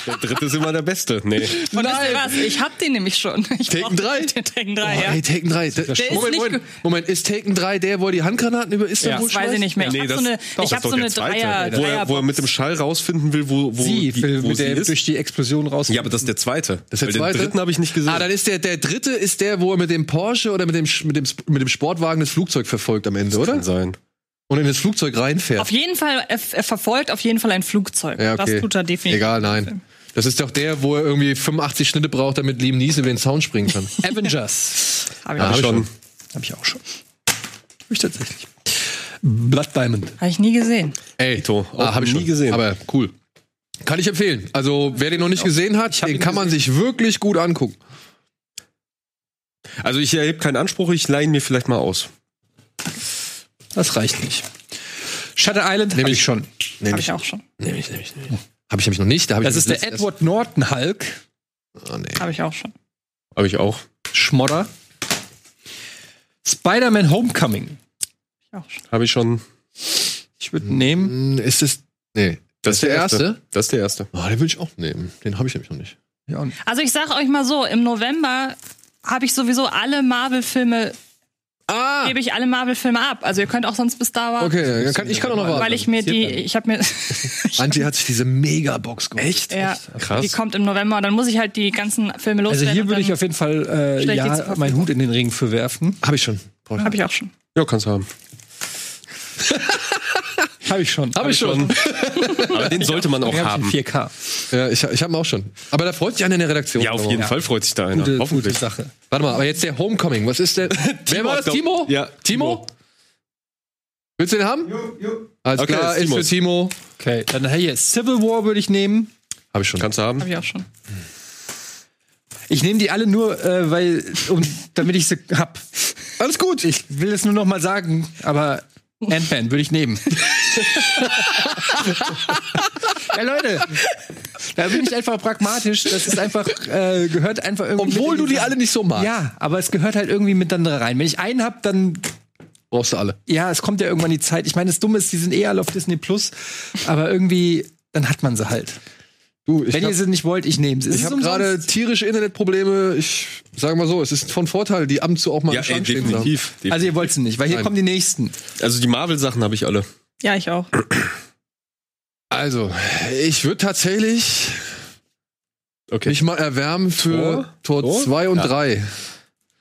S3: Der dritte ist immer der beste. Nee.
S4: Und wisst ihr was? Ich hab den nämlich schon. Ich
S1: Taken
S4: brauch-
S1: drei?
S4: Den Taken 3,
S1: Oh,
S4: ja.
S1: Ey, Taken 3. Der,
S4: ist
S1: Moment,
S4: nicht
S1: Moment,
S4: ge-
S1: Moment, ist Taken 3 der, wo er die Handgranaten über Istanbul
S4: Das weiß ich nicht mehr. Ich
S3: Nee,
S4: hab
S3: das-
S4: so eine,
S3: doch,
S4: ich
S3: das
S4: hab
S3: ist doch
S4: so eine
S3: der zweite,
S4: Dreier,
S3: wo, er, wo er mit dem Schall rausfinden will, wo, wo,
S2: Sie,
S3: die,
S2: will
S3: wo
S2: mit
S3: sie
S2: der
S3: ist.
S2: durch die Explosion raus.
S3: Ja, aber das ist der zweite.
S1: Das ist der
S3: Weil
S1: zweite?
S3: Den dritten habe ich nicht gesehen.
S1: Ah, dann ist der, der dritte ist der, wo er mit dem Porsche oder mit dem, Sch- mit dem, Sp- mit dem Sportwagen das Flugzeug verfolgt am Ende, oder?
S3: Kann sein.
S1: Und in das Flugzeug reinfährt.
S4: Auf jeden Fall, er, er verfolgt auf jeden Fall ein Flugzeug.
S1: Ja,
S4: Das
S1: okay.
S4: tut er definitiv.
S1: Egal, nein. Das ist doch der, wo er irgendwie 85 Schnitte braucht, damit Liam Neeson über den Sound springen kann.
S2: Avengers.
S4: Habe ich,
S1: Ja,
S3: Hab
S1: hab
S3: ich
S1: ich
S3: schon.
S2: Habe ich auch schon. Hab ich tatsächlich. Blood Diamond.
S4: hab ich nie gesehen.
S1: Ey,
S3: To,
S1: ah,
S3: auch
S1: habe ich
S3: nie
S1: schon.
S3: gesehen.
S1: Aber cool. Kann ich empfehlen. Also, wer den noch nicht gesehen hat, den kann man sich wirklich gut angucken.
S3: Also ich erhebe keinen Anspruch, ich leihe ihn mir vielleicht mal aus.
S2: Das reicht nicht. Shutter Island habe ich schon.
S1: Nehm
S4: Habe ich auch schon.
S1: Nehm ich, nehm ich, nehm ich. Habe ich nämlich noch nicht. Da hab
S2: Das
S1: ich
S2: ist der
S1: letztens
S2: Edward Norton Hulk.
S1: erst- Ah, nee.
S4: Habe ich auch schon.
S3: Habe ich auch.
S2: Schmodder. Spider-Man Homecoming.
S4: Ich auch schon.
S3: Habe ich schon.
S2: Ich würde nehmen.
S1: Hm, Ist es. Nee. Das, ist der erste.
S3: Das ist der erste.
S1: Ah, den will ich auch nehmen. Den habe ich nämlich noch nicht.
S2: Ja, und
S4: Also ich sage euch mal so, im November habe ich sowieso alle Marvel-Filme,
S1: Ah!
S4: gebe ich alle Marvel-Filme ab. Also ihr könnt auch sonst bis da warten.
S1: Okay, dann kann, ich kann auch noch warten.
S4: Weil ich mir die,
S2: dann.
S4: ich habe mir,
S1: Angie hat sich diese Megabox geholt. Echt?
S4: ja,
S3: Krass.
S4: die kommt im November und dann muss ich halt die ganzen Filme
S2: also
S4: loswerden.
S2: hier
S4: und
S2: würde ich
S4: dann-
S2: auf jeden Fall äh,
S4: Stell ich die
S2: ja,
S4: zur
S2: meinen Hut in den Ring für werfen.
S1: Habe ich schon. Brauch ich
S4: Habe ich auch schon.
S3: Ja, kannst haben.
S2: Habe ich schon.
S1: Habe ich schon.
S3: Aber den sollte man auch
S2: Den hab
S3: haben.
S2: ich in 4K.
S1: Ja, ich ich habe ihn auch schon. Aber da freut sich einer in der Redaktion.
S3: Ja, auf jeden Fall freut sich da einer.
S2: Gute, gute
S3: Hoffentlich.
S2: Sache.
S1: Warte mal, aber jetzt der Homecoming. Was ist der? Wer war das?
S3: glaub-
S1: Timo?
S3: Ja,
S1: Timo? Willst du den haben? Jo, jo. Alles
S3: Okay,
S1: klar,
S3: ist
S1: ist für Timo.
S2: Okay, dann hier Civil War würde ich nehmen.
S1: Habe ich schon.
S3: Kannst du haben.
S4: Habe ich auch schon.
S2: Ich nehme die alle nur, äh, weil, um, damit ich sie hab.
S1: Alles gut.
S2: Ich will es nur noch mal sagen, aber Ant-Man würde ich nehmen. ja, Leute, da bin ich einfach pragmatisch. Das ist einfach, äh, gehört einfach irgendwie.
S1: Obwohl du die alle nicht so magst,
S2: Ja, aber es gehört halt irgendwie miteinander rein. Wenn ich einen hab, dann
S1: brauchst du alle.
S2: ja, es kommt ja irgendwann die Zeit. Ich meine, das Dumme ist, die sind eh alle auf Disney Plus, aber irgendwie, dann hat man sie halt.
S1: Du, ich
S2: Wenn ihr
S1: habe
S2: sie nicht wollt, ich nehme sie. Es ist
S1: hab
S2: umsonst.
S1: gerade tierische Internetprobleme. Ich sage mal so, es ist von Vorteil, die ab und zu auch mal
S3: Ja,
S1: im
S3: ey,
S1: Schrank stehen zu haben.
S3: definitiv.
S2: Also ihr wollt sie nicht, weil hier
S1: Nein.
S2: kommen die nächsten.
S3: Also die Marvel-Sachen habe ich alle.
S4: Ja, ich auch.
S1: Also, ich würde tatsächlich
S3: Okay.
S1: mich mal erwärmen für Tor
S3: Tor?
S1: 2 und
S3: Ja.
S1: 3.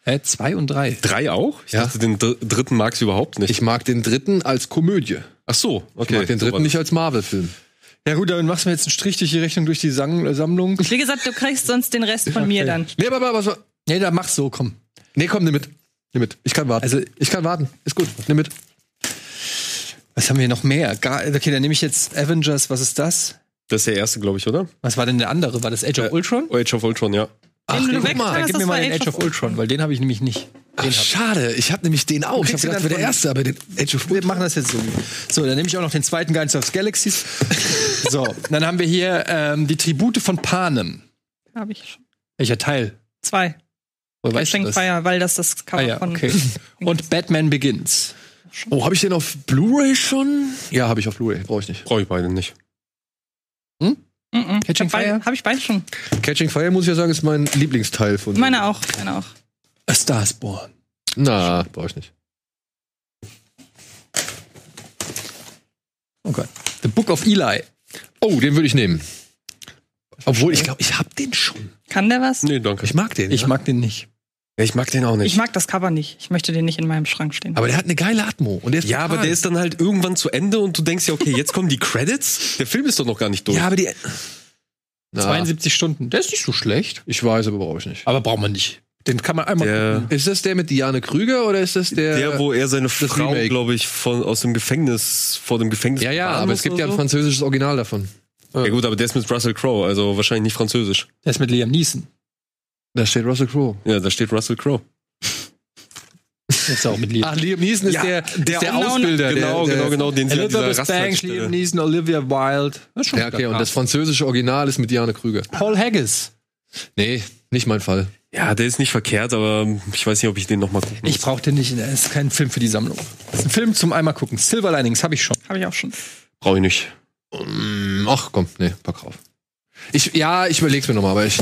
S2: Äh, zwei und drei.
S3: Drei auch? Ich
S1: Ja.
S3: dachte, den dr dritten mag ich überhaupt nicht.
S1: Ich mag den dritten als Komödie.
S3: Ach so, okay.
S1: Ich mag den dritten
S3: So
S1: nicht als Marvel-Film.
S2: Ja gut, damit machst du mir jetzt einen Strich durch die Rechnung durch die Sang äh, Sammlung.
S4: Wie gesagt, du kriegst sonst den Rest von mir dann.
S1: Nee, aber, aber was,
S2: Nee, dann mach so, komm.
S1: Nee, komm, nimm mit. Nimm mit. Ich kann warten.
S2: Also-
S1: ich kann warten. Ist gut. Nimm mit.
S2: Was haben wir noch mehr? Gar, okay, dann nehme ich jetzt Avengers, was ist das?
S3: Das ist der erste, glaube ich, oder?
S2: Was war denn der andere? War das Age of Ultron?
S3: Äh, Oh, Age of Ultron, ja.
S1: Ach,
S4: du
S1: guck
S4: Äh, weg
S1: mal.
S2: Dann
S4: warst,
S2: gib
S4: das
S2: mir mal
S4: war
S2: den Age of Ultron, weil den habe ich nämlich nicht.
S1: Ach, schade. Ich hab nämlich den auch. Ich hab
S2: Kriegst du
S1: gedacht,
S2: dann
S1: wäre der
S2: von-
S1: erste, aber den Edge of
S2: Wir machen das jetzt so. So, dann nehme ich auch noch den zweiten Guardians of the Galaxies. so, dann haben wir hier ähm, die Tribute von Panem.
S4: Habe ich schon.
S2: Welcher Teil?
S4: Zwei.
S2: Woher weißt du
S4: Catching
S2: das?
S4: Fire, Äh, weil das das Cover
S2: Ah ja,
S4: von
S2: okay. Und Batman Begins.
S1: Oh, habe ich den auf Blu-ray schon? Ja, habe ich auf Blu-ray. Brauche ich nicht.
S3: Brauche ich beide nicht.
S4: Mhm.
S2: mm, Catching Fire?
S4: Habe ich beide schon.
S1: Catching Fire, muss ich ja sagen, ist mein Lieblingsteil von.
S4: Meine auch. Meine auch.
S2: A Star is Born.
S1: Na, brauche ich nicht.
S2: Oh Gott. The Book of Eli.
S1: Oh, den würde ich nehmen. Obwohl, ich glaube, ich hab den schon.
S4: Kann der was?
S3: Nee, danke.
S1: Ich mag den.
S2: Ich
S1: ja.
S2: mag den nicht.
S3: Ja, ich mag den auch
S4: Ich mag das Cover nicht. Ich möchte den nicht in meinem Schrank stehen.
S1: Aber der hat eine geile Atmo. Und der ist
S3: ja, aber
S1: brutal.
S3: der ist dann halt irgendwann zu Ende und du denkst ja, okay, jetzt kommen die Credits. Der Film ist doch noch gar nicht durch.
S1: Ja, aber die. Na,
S2: 72 Stunden. Der ist nicht so schlecht.
S1: Ich weiß, aber brauche ich nicht.
S2: Aber braucht man nicht. Den kann man einmal.
S3: Der,
S1: Ist das der mit Diane Krüger oder ist das der.
S3: der, wo er seine Frau,
S1: Remake.
S3: glaube ich, von, aus dem Gefängnis, vor dem Gefängnis.
S1: Ja, ja,
S3: bewahren
S1: aber
S3: muss
S1: es gibt
S3: oder
S1: ja ein
S3: so.
S1: französisches Original davon.
S3: Ja, gut, aber der ist mit Russell Crowe, also wahrscheinlich nicht französisch.
S2: der ist mit Liam Neeson.
S1: Da steht Russell Crowe.
S3: Ja, da steht Russell Crowe.
S2: Der ist auch mit Liam.
S1: Ach, Liam Neeson ist
S3: Ja,
S1: der,
S3: der
S1: ist der
S4: Unknown-
S1: Ausbilder.
S3: Genau,
S1: der, der,
S3: genau, genau, den sie an dieser
S2: Elizabeth Banks, Liam
S3: Raststätte.
S2: Neeson, Olivia Wilde. Das ist schon
S1: Ja, okay, und das
S2: von
S1: französische Original ist mit Diane Krüger.
S2: Paul Haggis.
S1: Nee, nicht mein Fall.
S3: Ja, der ist nicht verkehrt, aber ich weiß nicht, ob ich den nochmal gucken muss.
S2: Ich brauche den nicht. Das ist kein Film für die Sammlung. Das ist ein Film zum einmal gucken. Silver Linings habe ich schon.
S4: Habe ich auch schon.
S3: Brauche ich nicht.
S1: Mm, Ach komm, nee, pack auf. Ich, ja, ich überleg's mir nochmal, aber ich,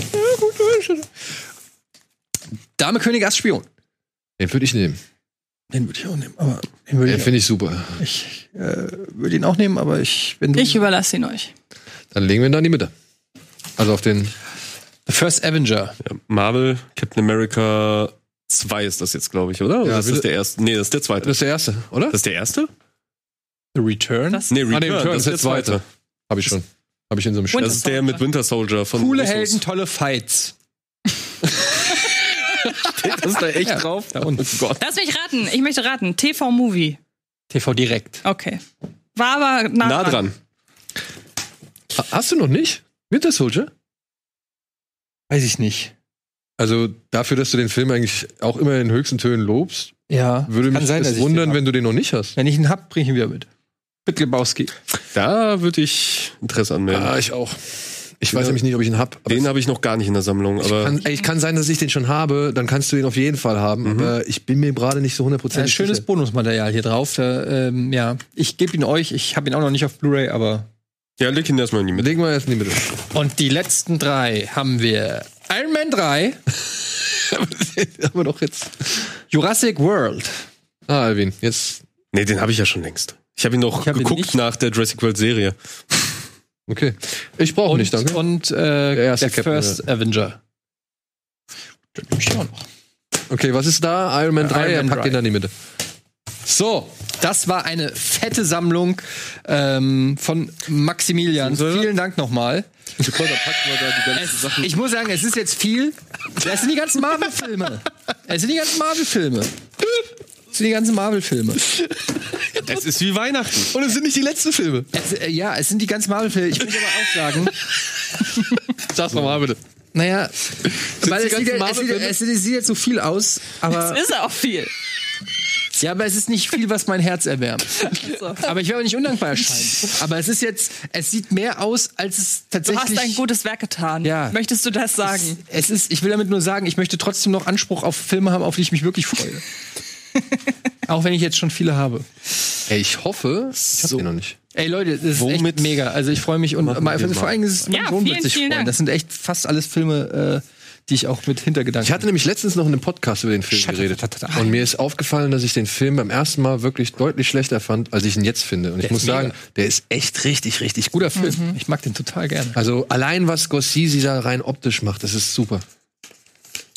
S2: Dame König als Spion.
S1: den würde ich nehmen.
S2: Den würde ich auch nehmen. Aber den würde
S1: Den finde ich super.
S2: ich, äh, würde ihn auch nehmen. Aber ich, wenn du
S4: Ich überlasse ihn euch.
S1: Dann legen wir ihn da in die Mitte. Also auf den.
S2: The First Avenger.
S3: Ja, Marvel, Captain America 2 ist das jetzt, glaube ich, oder? oder
S1: Ja,
S3: ist das
S1: bitte.
S3: der erste? Nee, das ist der
S1: Das
S3: zweite. Das,
S1: ist der erste, oder? Ah,
S3: ist der erste?
S2: The Return.
S4: Das
S3: Ah, Nee, Return,
S1: Return,
S3: das ist der zweite.
S1: Hab ich schon. Habe ich in so einem
S4: Und-
S1: Schnitt.
S3: Das ist der mit Winter Soldier von
S2: Coole
S3: Russos.
S2: Helden, tolle Fights.
S3: Das ist da echt drauf.
S2: Da unten.
S4: Lass mich raten. Ich möchte raten. TV Movie.
S2: TV direkt.
S4: Okay. War aber nah,
S3: Nah dran.
S1: Ha- Hast du noch nicht? Winter Soldier?
S2: Weiß ich nicht.
S1: Also dafür, dass du den Film eigentlich auch immer in höchsten Tönen lobst,
S2: Ja.
S1: würde mich
S2: dass
S1: es
S2: ich den
S1: wundern,
S2: hab.
S1: wenn du den noch nicht hast.
S2: Wenn ich ihn hab, bring ich ihn wieder mit. Mit Lebowski.
S3: Da würde ich Interesse anmelden.
S2: Ah,
S1: ich auch. Ich
S3: Ja.
S1: weiß nämlich nicht, ob ich ihn hab. aber
S3: den habe ich noch gar nicht in der Sammlung,
S1: ich
S3: aber
S1: kann, ey, ich kann sein, dass ich den schon habe, dann kannst du den auf jeden Fall haben, aber ich bin mir gerade nicht so
S2: Das ist ein
S1: hundertprozentig
S2: Mhm. schönes
S1: sicher.
S2: Bonusmaterial hier drauf. Da, ähm, ja, ich gebe ihn euch. Ich habe ihn auch noch nicht auf Blu-ray, aber.
S3: ja, leg ihn erstmal in die Mitte.
S1: Legen wir jetzt in die Mitte.
S2: Und die letzten drei haben wir Iron Man 3,
S1: aber doch jetzt.
S2: Jurassic World.
S1: Ah, Alvin, jetzt.
S3: Nee, den habe ich ja schon längst. Ich habe ihn noch
S2: Ich hab ihn
S3: geguckt
S2: nicht.
S3: nach der Jurassic World Serie.
S1: Okay. Ich brauche nicht, danke.
S2: und äh, der,
S1: erste Captain
S2: First Avenger. Den nehm ich auch noch.
S1: Okay, was ist da? Iron Man 3,
S2: Iron
S1: er
S2: Man
S1: packt
S2: 3.
S1: den dann in die Mitte.
S2: So, das war eine fette Sammlung ähm, von Maximilian. Vielen Dank nochmal. Es, ich muss sagen, es ist jetzt viel. Es sind die ganzen Marvel-Filme. Es sind die ganzen Marvel-Filme. Es sind die ganzen Marvel-Filme.
S3: Das ist wie Weihnachten.
S1: Und es sind nicht die letzten Filme.
S2: Es, äh, ja, es sind die ganzen Marvel-Filme. Ich muss aber auch sagen,
S1: Sag's nochmal bitte.
S2: naja, weil
S1: die
S2: es
S1: ganzen
S2: sieht, ja- es, sieht, ja-
S1: Marvel-Filme?
S2: es sieht, es sieht jetzt so viel aus, aber,
S4: Das ist auch viel.
S2: ja, aber es ist nicht viel, was mein Herz erwärmt.
S4: So.
S2: Aber ich werde nicht undankbar erscheinen. Aber es ist jetzt, es sieht mehr aus, als es
S4: Du
S2: tatsächlich.
S4: hast ein gutes Werk getan.
S2: Ja.
S4: Möchtest du das sagen?
S2: es ist, ich will damit nur sagen, ich möchte trotzdem noch Anspruch auf Filme haben, auf die ich mich wirklich freue. Auch wenn ich jetzt schon viele habe.
S1: Ey, ich hoffe, ich hab den noch nicht.
S2: Ey Leute, das ist
S3: Womit
S2: echt mega. Also ich freue mich und mal,
S3: wir
S2: vor allem ist es mein
S4: Ja,
S2: Sohn
S4: vielen,
S2: wird sich
S4: vielen
S2: freuen.
S4: Dank.
S2: Das sind echt fast alles Filme, äh, die ich auch mit Hintergedanken.
S1: Ich hatte nämlich letztens noch in einem Podcast über den Film
S2: Schatta-
S1: geredet.
S2: tatatata.
S1: Und mir ist aufgefallen, dass ich den Film beim ersten Mal wirklich deutlich schlechter fand, als ich ihn jetzt finde. Und ich muss
S2: ist mega.
S1: sagen, der ist echt richtig, richtig gut.
S2: guter Film.
S4: Mhm.
S2: Ich mag den total gerne.
S1: Also allein was Scorsese da rein optisch macht, das ist super.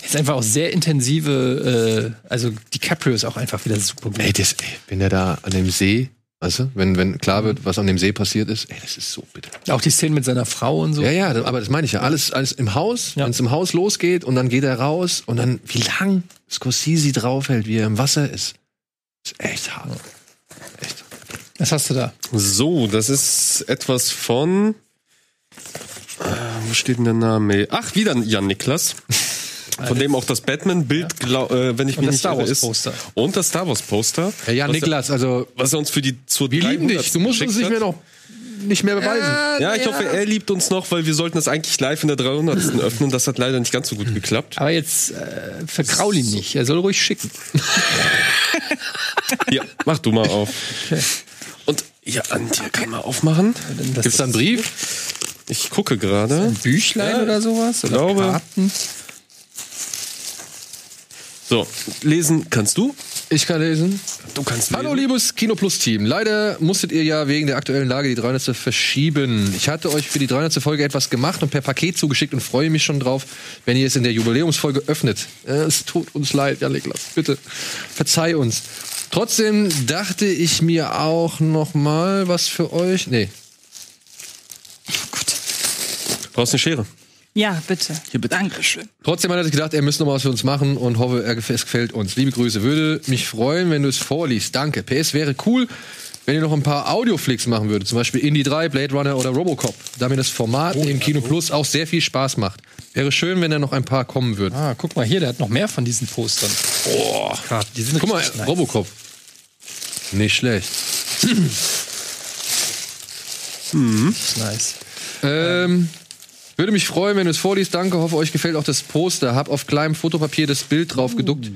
S2: Ist einfach auch sehr intensive. Äh, also DiCaprio ist auch einfach wieder super gut.
S1: Ey, das, ey, wenn er da an dem See, weißt du, wenn, wenn klar wird, was an dem See passiert ist, ey, das ist so bitter.
S2: Auch die Szenen mit seiner Frau und so.
S1: Ja, ja, da- aber das meine ich ja. Alles, alles im Haus,
S2: Ja.
S1: wenn es im Haus losgeht und dann geht er raus und dann, wie lang Scorsese draufhält, wie er im Wasser ist. Ist echt hart. Echt.
S2: Was hast du da?
S3: So, das ist etwas von. Äh, wo steht denn der Name? Ach, wieder Jan Niklas. Von dem auch das Batman-Bild, glau- äh, wenn ich
S2: Und
S3: mich
S2: das
S3: nicht
S2: Star
S3: irre,
S2: Wars
S3: ist.
S2: Poster.
S3: Und das Star Wars Poster.
S1: Ja, ja
S3: was
S1: Niklas, also
S3: Er, was er uns für die zur
S1: wir lieben
S3: 300.
S1: dich. Du musst uns
S3: geschickt
S1: nicht mehr
S3: hat.
S1: noch nicht mehr beweisen.
S3: Ja, ich hoffe, er liebt uns noch, weil wir sollten das eigentlich live in der 300. öffnen. Das hat leider nicht ganz so gut geklappt.
S2: Aber jetzt äh, verkraul ihn nicht. Er soll ruhig schicken.
S3: Ja, mach du mal auf. Und ja, an dir kann man aufmachen.
S2: Das
S1: Gibt's da einen Brief?
S3: Ich gucke gerade.
S2: Büchlein
S3: Ja,
S2: oder sowas? Oder
S3: glaube.
S2: Karten?
S3: So, lesen kannst du.
S1: Ich kann lesen.
S3: Du kannst
S1: Hallo, liebes Kino Plus Team. Leider musstet ihr ja wegen der aktuellen Lage die 300. verschieben. Ich hatte euch für die 300. Folge etwas gemacht und per Paket zugeschickt und freue mich schon drauf, wenn ihr es in der Jubiläumsfolge öffnet. Äh, Es tut uns leid, ja, Niklas, bitte. Verzeih uns. Trotzdem dachte ich mir auch noch mal was für euch. Nee,
S3: Brauchst eine Schere.
S4: Ja, bitte. Hier bitte. Dankeschön.
S1: Trotzdem hat er sich gedacht, er müsste noch mal was für uns machen und hoffe, er gef- es gefällt uns. Liebe Grüße, würde mich freuen, wenn du es vorliest. Danke. PS wäre cool, wenn ihr noch ein paar Audioflicks machen würdet. Zum Beispiel Indie 3, Blade Runner oder Robocop. Da mir das Format
S2: Oh,
S1: im Kino Plus auch sehr viel Spaß macht. Wäre schön, wenn da noch ein paar kommen würden.
S2: Ah, guck mal hier, der hat noch mehr von diesen Postern.
S1: Boah.
S2: Karten, die sind
S1: Guck mal,
S2: richtig nice.
S1: Robocop. Nicht schlecht.
S2: Ist nice.
S1: Ähm, würde mich freuen, wenn du es vorliest. Danke. Hoffe, euch gefällt auch das Poster. Hab auf kleinem Fotopapier das Bild drauf geduckt,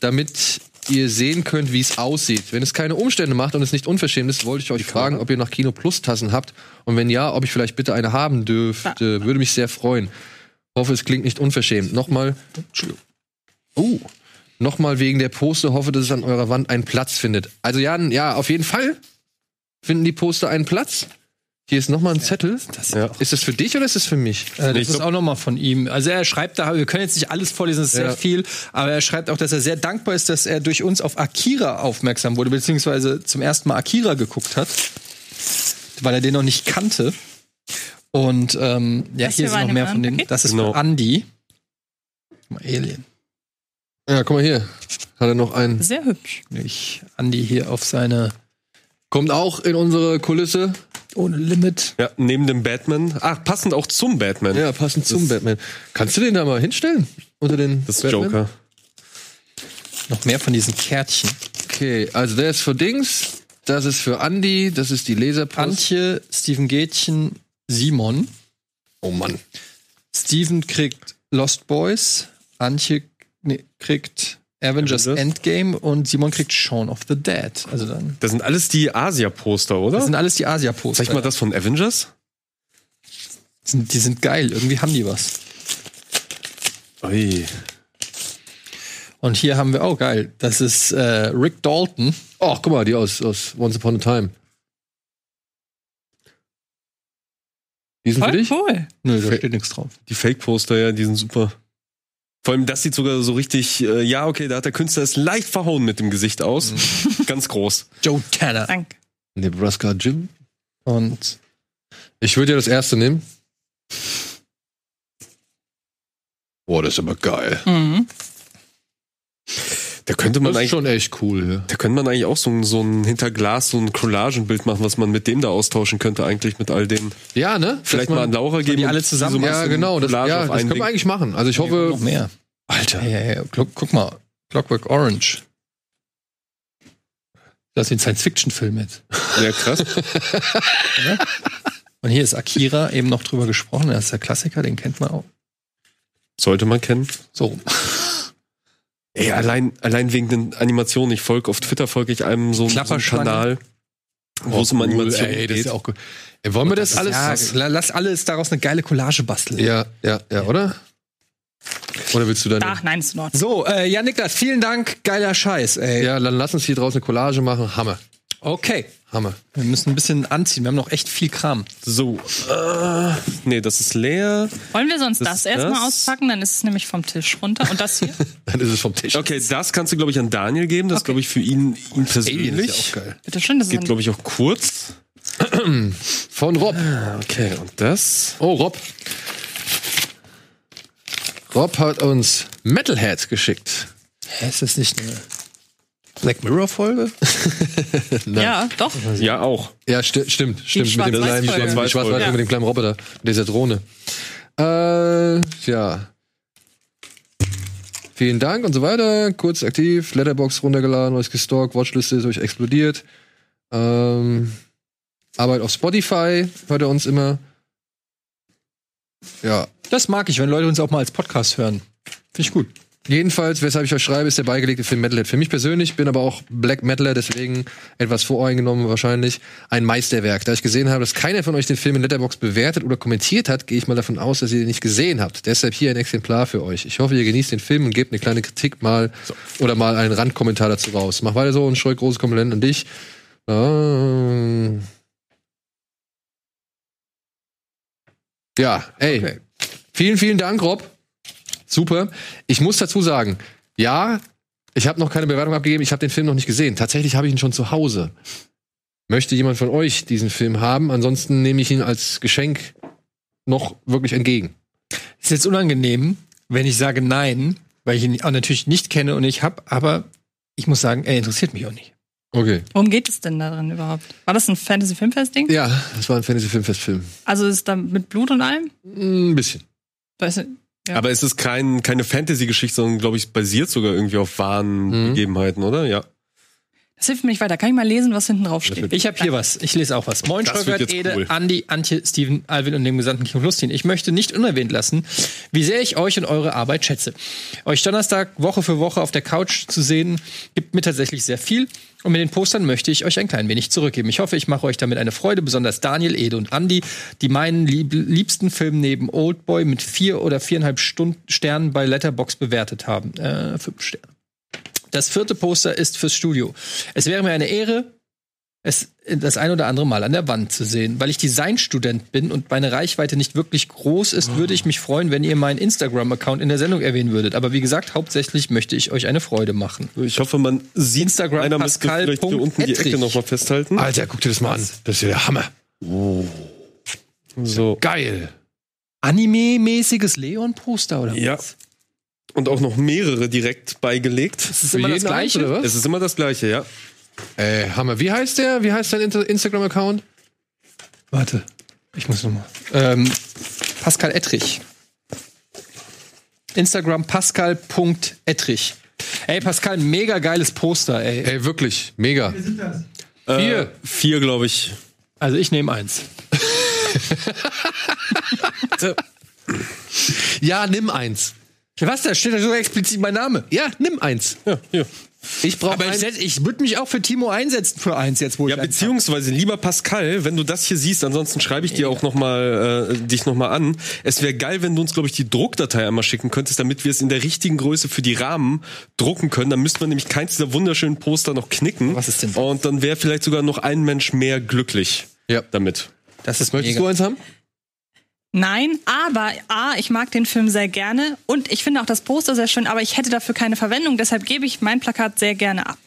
S1: damit ihr sehen könnt, wie es aussieht. Wenn es keine Umstände macht und es nicht unverschämt ist, wollte ich euch fragen, ob ihr noch Kino Plus Tassen habt und wenn ja, ob ich vielleicht bitte eine haben dürfte. Würde mich sehr freuen. Hoffe, es klingt nicht unverschämt. Nochmal. Uh. Nochmal wegen der Poster. Hoffe, dass es an eurer Wand einen Platz findet. Also Jan, ja, auf jeden Fall finden die Poster einen Platz. Hier ist nochmal ein Zettel.
S3: Ja.
S1: Ist das für dich oder ist das für mich?
S2: Äh, das
S3: Ich glaub-
S2: ist auch nochmal von ihm. Also er schreibt da, wir können jetzt nicht alles vorlesen, das ist
S1: Ja.
S2: sehr viel, aber er schreibt auch, dass er sehr dankbar ist, dass er durch uns auf Akira aufmerksam wurde, beziehungsweise zum ersten Mal Akira geguckt hat, weil er den noch nicht kannte. Und ähm, ja, hier
S4: Das hier
S2: ist
S4: war
S2: noch
S4: in
S2: mehr
S4: dem
S2: von denen.
S4: Paket?
S2: Das ist
S3: Genau.
S2: von Andy. Guck mal, Alien.
S1: Ja, guck mal hier. Hat er noch einen.
S4: Sehr hübsch.
S2: Ich, Andy hier auf seine
S1: Kommt auch in unsere Kulisse.
S2: Ohne Limit.
S3: Ja, neben dem Batman. Ach, passend auch zum Batman.
S1: Ja, passend zum Batman. Kannst du den da mal hinstellen? Unter den
S3: Das ist
S1: Batman?
S3: Joker.
S2: Noch mehr von diesen Kärtchen.
S1: Okay, also der ist für Dings. Das ist für Andy. Das ist die Laserpost.
S2: Antje, Steven Gätchen, Simon.
S1: Oh Mann.
S2: Steven kriegt Lost Boys. Antje nee, kriegt Avengers,
S3: Avengers.
S2: Endgame und Simon kriegt Shaun of the Dead. Also dann.
S3: Das sind alles die Asia-Poster, oder?
S2: Das sind alles die Asia-Poster.
S3: Sag ich mal, das von Avengers?
S2: Die sind, die sind geil. Irgendwie haben die was.
S3: Ui.
S2: Und hier haben wir, oh geil, das ist äh, Rick Dalton.
S1: Oh, guck mal, die aus, aus Once Upon a Time. Die sind für
S4: Voll
S1: dich?
S4: cool.
S2: Nö, da steht nichts drauf.
S3: Die Fake-Poster, ja, die sind super. Vor allem, das sieht sogar so richtig, äh, ja, okay, da hat der Künstler es leicht verhauen mit dem Gesicht aus. Ganz groß.
S2: Joe Tanner.
S4: Danke.
S1: Nebraska Jim.
S2: Und
S1: Ich würde ja das erste nehmen. Boah, das ist aber geil.
S4: Mhm.
S3: Da könnte man
S1: Das ist
S3: eigentlich,
S1: schon echt cool. Ja.
S3: da könnte man eigentlich auch so ein, so ein Hinterglas, so ein Collagenbild machen, was man mit dem da austauschen könnte, eigentlich mit all den.
S1: Ja, ne?
S3: Vielleicht
S1: Dass
S3: mal
S1: man-
S3: an Laura geben.
S2: die
S3: und
S2: alle zusammen-
S3: so ein
S1: Ja,
S3: bisschen
S1: genau. Das,
S3: Collage
S1: ja,
S3: auf
S1: das
S3: einen
S1: können wir
S3: Ding.
S1: eigentlich machen. Also ich
S2: noch
S1: hoffe,
S2: mehr.
S3: Alter.
S2: Hey, hey, hey, guck, guck mal, Clockwork Orange. Da ist ein Science-Fiction-Film mit.
S3: Ja, krass.
S2: Und hier ist Akira eben noch drüber gesprochen. Das ist der Klassiker, den kennt man auch.
S3: Sollte man kennen.
S2: So,
S3: Ey, allein, allein wegen den Animationen. Ich folge auf Twitter, folge ich einem so, so einen
S2: Klapperschlange.
S3: Kanal, wo es um Animationen
S1: ey, das ist ja
S3: geht.
S1: auch cool. Ey, wollen wir das, alles?
S2: ja, la- lass alles daraus eine geile Collage basteln.
S1: genau. Ja, ja, ja, oder? Oder willst du dann?
S4: Da, nein, ist in Ordnung.
S2: So, äh, ja, Niklas, vielen Dank. Geiler Scheiß, ey.
S1: Ja, dann lass uns hier draußen eine Collage machen. Hammer,
S2: Okay.
S1: Hammer.
S2: Wir müssen ein bisschen anziehen. Wir haben noch echt viel Kram.
S3: So. Äh, nee, das ist leer.
S4: Wollen wir sonst
S3: Das-
S4: das, erstmal
S3: das?
S4: auspacken? Dann ist es nämlich vom Tisch runter. Und das hier?
S1: Dann ist es vom Tisch.
S3: Okay, das kannst du, glaube ich, an Daniel geben. Das,
S4: Okay.
S3: glaube ich, für ihn, ihn
S1: Alien
S3: persönlich.
S1: ist ja auch geil.
S4: Bitte schön, das ist
S3: Geht,
S4: ein
S3: glaube ich, auch kurz.
S1: Von Rob.
S3: Okay, und das?
S1: Oh, Rob. Rob hat uns Metalhead geschickt.
S2: Hä, ist das nicht eine Black Mirror-Folge?
S4: Ja, doch.
S3: Ja, auch.
S1: Ja, sti stimmt, stimmt. Mit dem
S4: Schwarz-Weiß-Folge.
S1: kleinen,
S4: Die
S1: mit,
S3: Schwarz-Weiß-Folge.
S1: Schwarz
S4: Ja.
S1: mit dem kleinen Roboter, mit dieser Drohne. Äh, ja. Vielen Dank und so weiter. Kurz aktiv, Letterbox runtergeladen, euch gestalkt, Watchliste ist euch explodiert. Ähm, Arbeit auf Spotify, hört ihr uns immer. Ja.
S2: Das mag ich, wenn Leute uns auch mal als Podcast hören. Finde ich gut.
S1: Jedenfalls, weshalb ich euch schreibe, ist der beigelegte Film Metalhead. Für mich persönlich bin aber auch Black Metaler, deswegen etwas voreingenommen wahrscheinlich, ein Meisterwerk. Da ich gesehen habe, dass keiner von euch den Film in Letterboxd bewertet oder kommentiert hat, gehe ich mal davon aus, dass ihr den nicht gesehen habt. Deshalb hier ein Exemplar für euch. Ich hoffe, ihr genießt den Film und gebt eine kleine Kritik mal oder mal einen Randkommentar dazu raus. Mach weiter so und schreib große Komponenten an dich. Ähm. Ja, ey.
S2: Okay.
S1: Vielen, vielen Dank, Rob. Super. Ich muss dazu sagen, ja, ich habe noch keine Bewertung abgegeben, ich habe den Film noch nicht gesehen. Tatsächlich habe ich ihn schon zu Hause. Möchte jemand von euch diesen Film haben? Ansonsten nehme ich ihn als Geschenk noch wirklich entgegen.
S2: Ist jetzt unangenehm, wenn ich sage nein, weil ich ihn auch natürlich nicht kenne und ich habe, aber ich muss sagen, er interessiert mich auch nicht.
S1: Okay.
S4: Worum geht es denn darin überhaupt? War das ein Fantasy-Filmfest-Ding?
S1: Ja, das war ein Fantasy-Filmfest-Film.
S4: Also ist da mit Blut und allem?
S1: Ein bisschen.
S4: Weiß nicht. Ja.
S3: Aber es ist kein, keine Fantasy-Geschichte, sondern, glaube ich, basiert sogar irgendwie auf wahren Begebenheiten, oder? Ja.
S4: Das hilft mir nicht weiter. Kann ich mal lesen, was hinten drauf
S3: Das
S4: steht?
S3: wird-
S2: Ich habe hier was. Ich lese auch was. Moin,
S3: Das wird
S2: Schröckert,
S3: jetzt
S2: Ede,
S3: cool.
S2: Andi, Antje, Steven, Alvin und dem gesamten Kino Plus Team. Ich möchte nicht unerwähnt lassen, wie sehr ich euch und eure Arbeit schätze. Euch Donnerstag Woche für Woche auf der Couch zu sehen, gibt mir tatsächlich sehr viel. Und mit den Postern möchte ich euch ein klein wenig zurückgeben. Ich hoffe, ich mache euch damit eine Freude, besonders Daniel, Ede und Andi, die meinen lieb liebsten Film neben Oldboy mit vier oder viereinhalb Stunden Sternen bei Letterbox bewertet haben. Äh, fünf Sterne. Das vierte Poster ist fürs Studio. Es wäre mir eine Ehre, es äh, das ein oder andere Mal an der Wand zu sehen. Weil ich Designstudent bin und meine Reichweite nicht wirklich groß
S3: Mhm.
S2: ist, würde ich mich freuen, wenn ihr meinen Instagram-Account in der Sendung erwähnen würdet. Aber wie gesagt, hauptsächlich möchte ich euch eine Freude machen.
S3: Ich hoffe, man sieht
S2: Instagram
S3: Einer müsste
S2: Pascal.
S3: vielleicht hier unten die
S2: Ettrich.
S3: Ecke nochmal festhalten.
S1: Alter, guck dir das mal an. Das ist ja der Hammer.
S3: So.
S1: Geil.
S2: Anime-mäßiges Leon-Poster oder
S3: Ja.
S2: was?
S3: Und auch noch mehrere direkt beigelegt.
S2: Das ist
S1: Für
S2: immer das
S1: jeden
S2: Gleiche.
S1: Einzelnen,
S3: Es ist immer das gleiche, ja.
S1: was? Ey, Äh, Hammer. Wie heißt der? Wie heißt dein Inter Instagram-Account?
S2: Warte, ich muss nochmal. Ähm, Pascal Ettrich. Instagram pascal.ettrich. Ey, Pascal, mega geiles Poster, ey.
S1: Ey, Äh, wirklich. Mega. Vier.
S3: Äh, vier, glaube ich.
S2: Also ich nehme eins.
S1: Äh, Ja, nimm eins.
S2: Was, da steht da sogar explizit mein Name.
S1: Ja, nimm eins.
S3: Ja, ja.
S1: Ich brauche
S2: Aber ich,
S1: eins.
S2: setz- ich würde mich auch für Timo einsetzen für eins jetzt, wo
S3: Ja,
S2: ich eins
S3: beziehungsweise, lieber Pascal, wenn du das hier siehst, ansonsten schreibe ich dir auch noch mal, äh, dich nochmal an. Es wäre geil, wenn du uns, glaube ich, die Druckdatei einmal schicken könntest, damit wir es in der richtigen Größe für die Rahmen drucken können. Dann müssten wir nämlich keins dieser wunderschönen Poster noch knicken.
S2: Was ist denn das?
S3: Und dann wäre vielleicht sogar noch ein Mensch mehr glücklich
S1: Ja.
S3: damit.
S2: hab. Das ist
S1: Möchtest
S2: mega.
S1: du eins haben?
S4: Nein, aber A, ich mag den Film sehr gerne und ich finde auch das Poster sehr schön, aber ich hätte dafür keine Verwendung, deshalb gebe ich mein Plakat sehr gerne ab.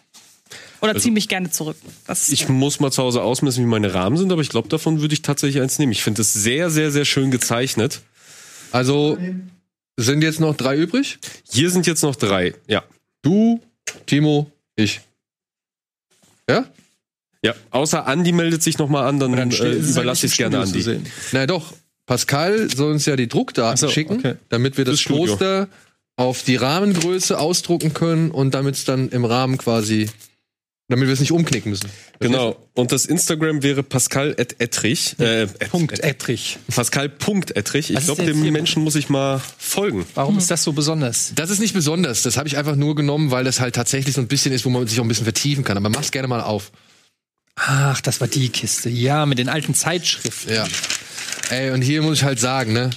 S4: Oder ziemlich gerne zurück. Das
S3: Also Ich muss mal zu Hause ausmessen, wie meine Rahmen sind, aber ich glaube, davon würde ich tatsächlich eins nehmen. Ich finde es sehr, sehr, sehr schön gezeichnet.
S1: Also sind jetzt noch drei übrig?
S3: Hier sind jetzt noch drei. Ja.
S1: Du, Timo, ich. Ja?
S3: Ja. Außer Andi meldet sich nochmal an, dann,
S2: Dann
S3: äh,
S2: steht- ist
S3: überlasse
S2: eigentlich
S3: ich es gerne
S2: im Studio
S3: Andi.
S2: zu sehen.
S1: Na doch, Pascal soll uns ja die Druckdaten
S2: so,
S1: schicken,
S2: okay.
S1: damit wir das,
S3: Fürs Studio.
S1: Poster auf die Rahmengröße ausdrucken können und damit es dann im Rahmen quasi, damit wir es nicht umknicken müssen.
S3: Genau. Und das Instagram wäre Pascal at Ettrich. Äh, at,
S2: Punkt Ettrich.
S3: Pascal Punkt Ettrich. Ich
S2: Was ist
S3: glaube,
S2: denn
S3: dem
S2: hier?
S3: Menschen muss ich mal folgen.
S2: Warum ist das so besonders?
S1: Das ist nicht besonders, das habe ich einfach nur genommen, weil das halt tatsächlich so ein bisschen ist, wo man sich auch ein bisschen vertiefen kann. Aber mach's gerne mal auf.
S2: Ach, das war die Kiste. Ja, mit den alten Zeitschriften.
S1: Ja. Ey, und hier muss ich halt sagen, ne?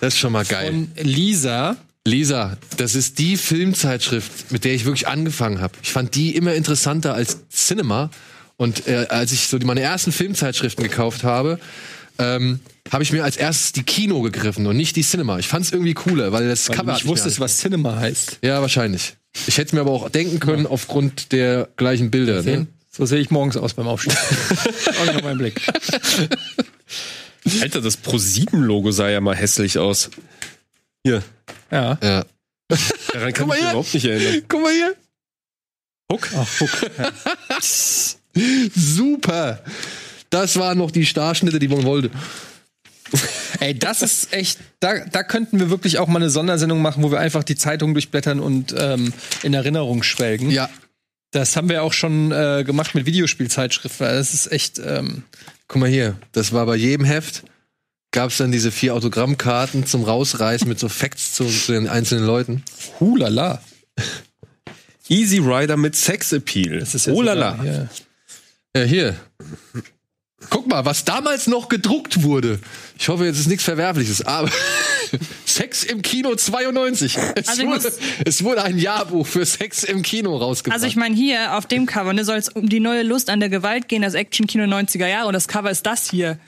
S1: Das ist schon mal geil.
S2: Von Lisa.
S1: Lisa, das ist die Filmzeitschrift, mit der ich wirklich angefangen habe. Ich fand die immer interessanter als Cinema. Und äh, als ich so die, meine ersten Filmzeitschriften gekauft habe, ähm, habe ich mir als erstes die Kino gegriffen und nicht die Cinema. Ich fand es irgendwie cooler, weil das
S2: Weil
S1: Cover
S2: du
S1: hat
S2: nicht
S1: mich
S2: wusstest,
S1: mehr
S2: was Cinema heißt.
S1: an- Ja, wahrscheinlich. Ich hätte mir aber auch denken können aufgrund der gleichen Bilder. Ne?
S2: So sehe ich morgens aus beim Aufstehen. Auch noch mein Blick.
S3: Alter, das Pro7-Logo sah ja mal hässlich aus. Hier.
S2: Ja.
S1: Ja.
S3: Daran
S1: Guck
S3: kann
S1: mal
S3: ich mich
S1: hier.
S3: überhaupt nicht erinnern.
S1: Guck mal hier.
S2: Ach, guck.
S1: Super. Das waren noch die Starschnitte, die man wollte.
S2: Ey, das ist echt, da, da könnten wir wirklich auch mal eine Sondersendung machen, wo wir einfach die Zeitung durchblättern und ähm, in Erinnerung schwelgen.
S1: Ja.
S2: Das haben wir auch schon äh, gemacht mit Videospielzeitschriften. Das ist echt, ähm,
S1: Guck mal hier, das war bei jedem Heft. Gab es dann diese vier Autogrammkarten zum Rausreißen mit so Facts zu, zu den einzelnen Leuten?
S2: hulala.
S3: Easy Rider mit Sexappeal.
S2: Das ist
S3: oh la
S2: sogar
S3: la.
S2: hier.
S1: Ja, Äh, hier. Guck mal, was damals noch gedruckt wurde. Ich hoffe, jetzt ist nichts Verwerfliches, aber Sex im Kino 92. Es,
S4: Also ich
S1: wurde,
S4: muss-
S1: es wurde ein Jahrbuch für Sex im Kino rausgebracht.
S4: Also ich meine, hier auf dem Cover ne, soll es um die neue Lust an der Gewalt gehen, das Action-Kino 90er Jahre und das Cover ist das hier.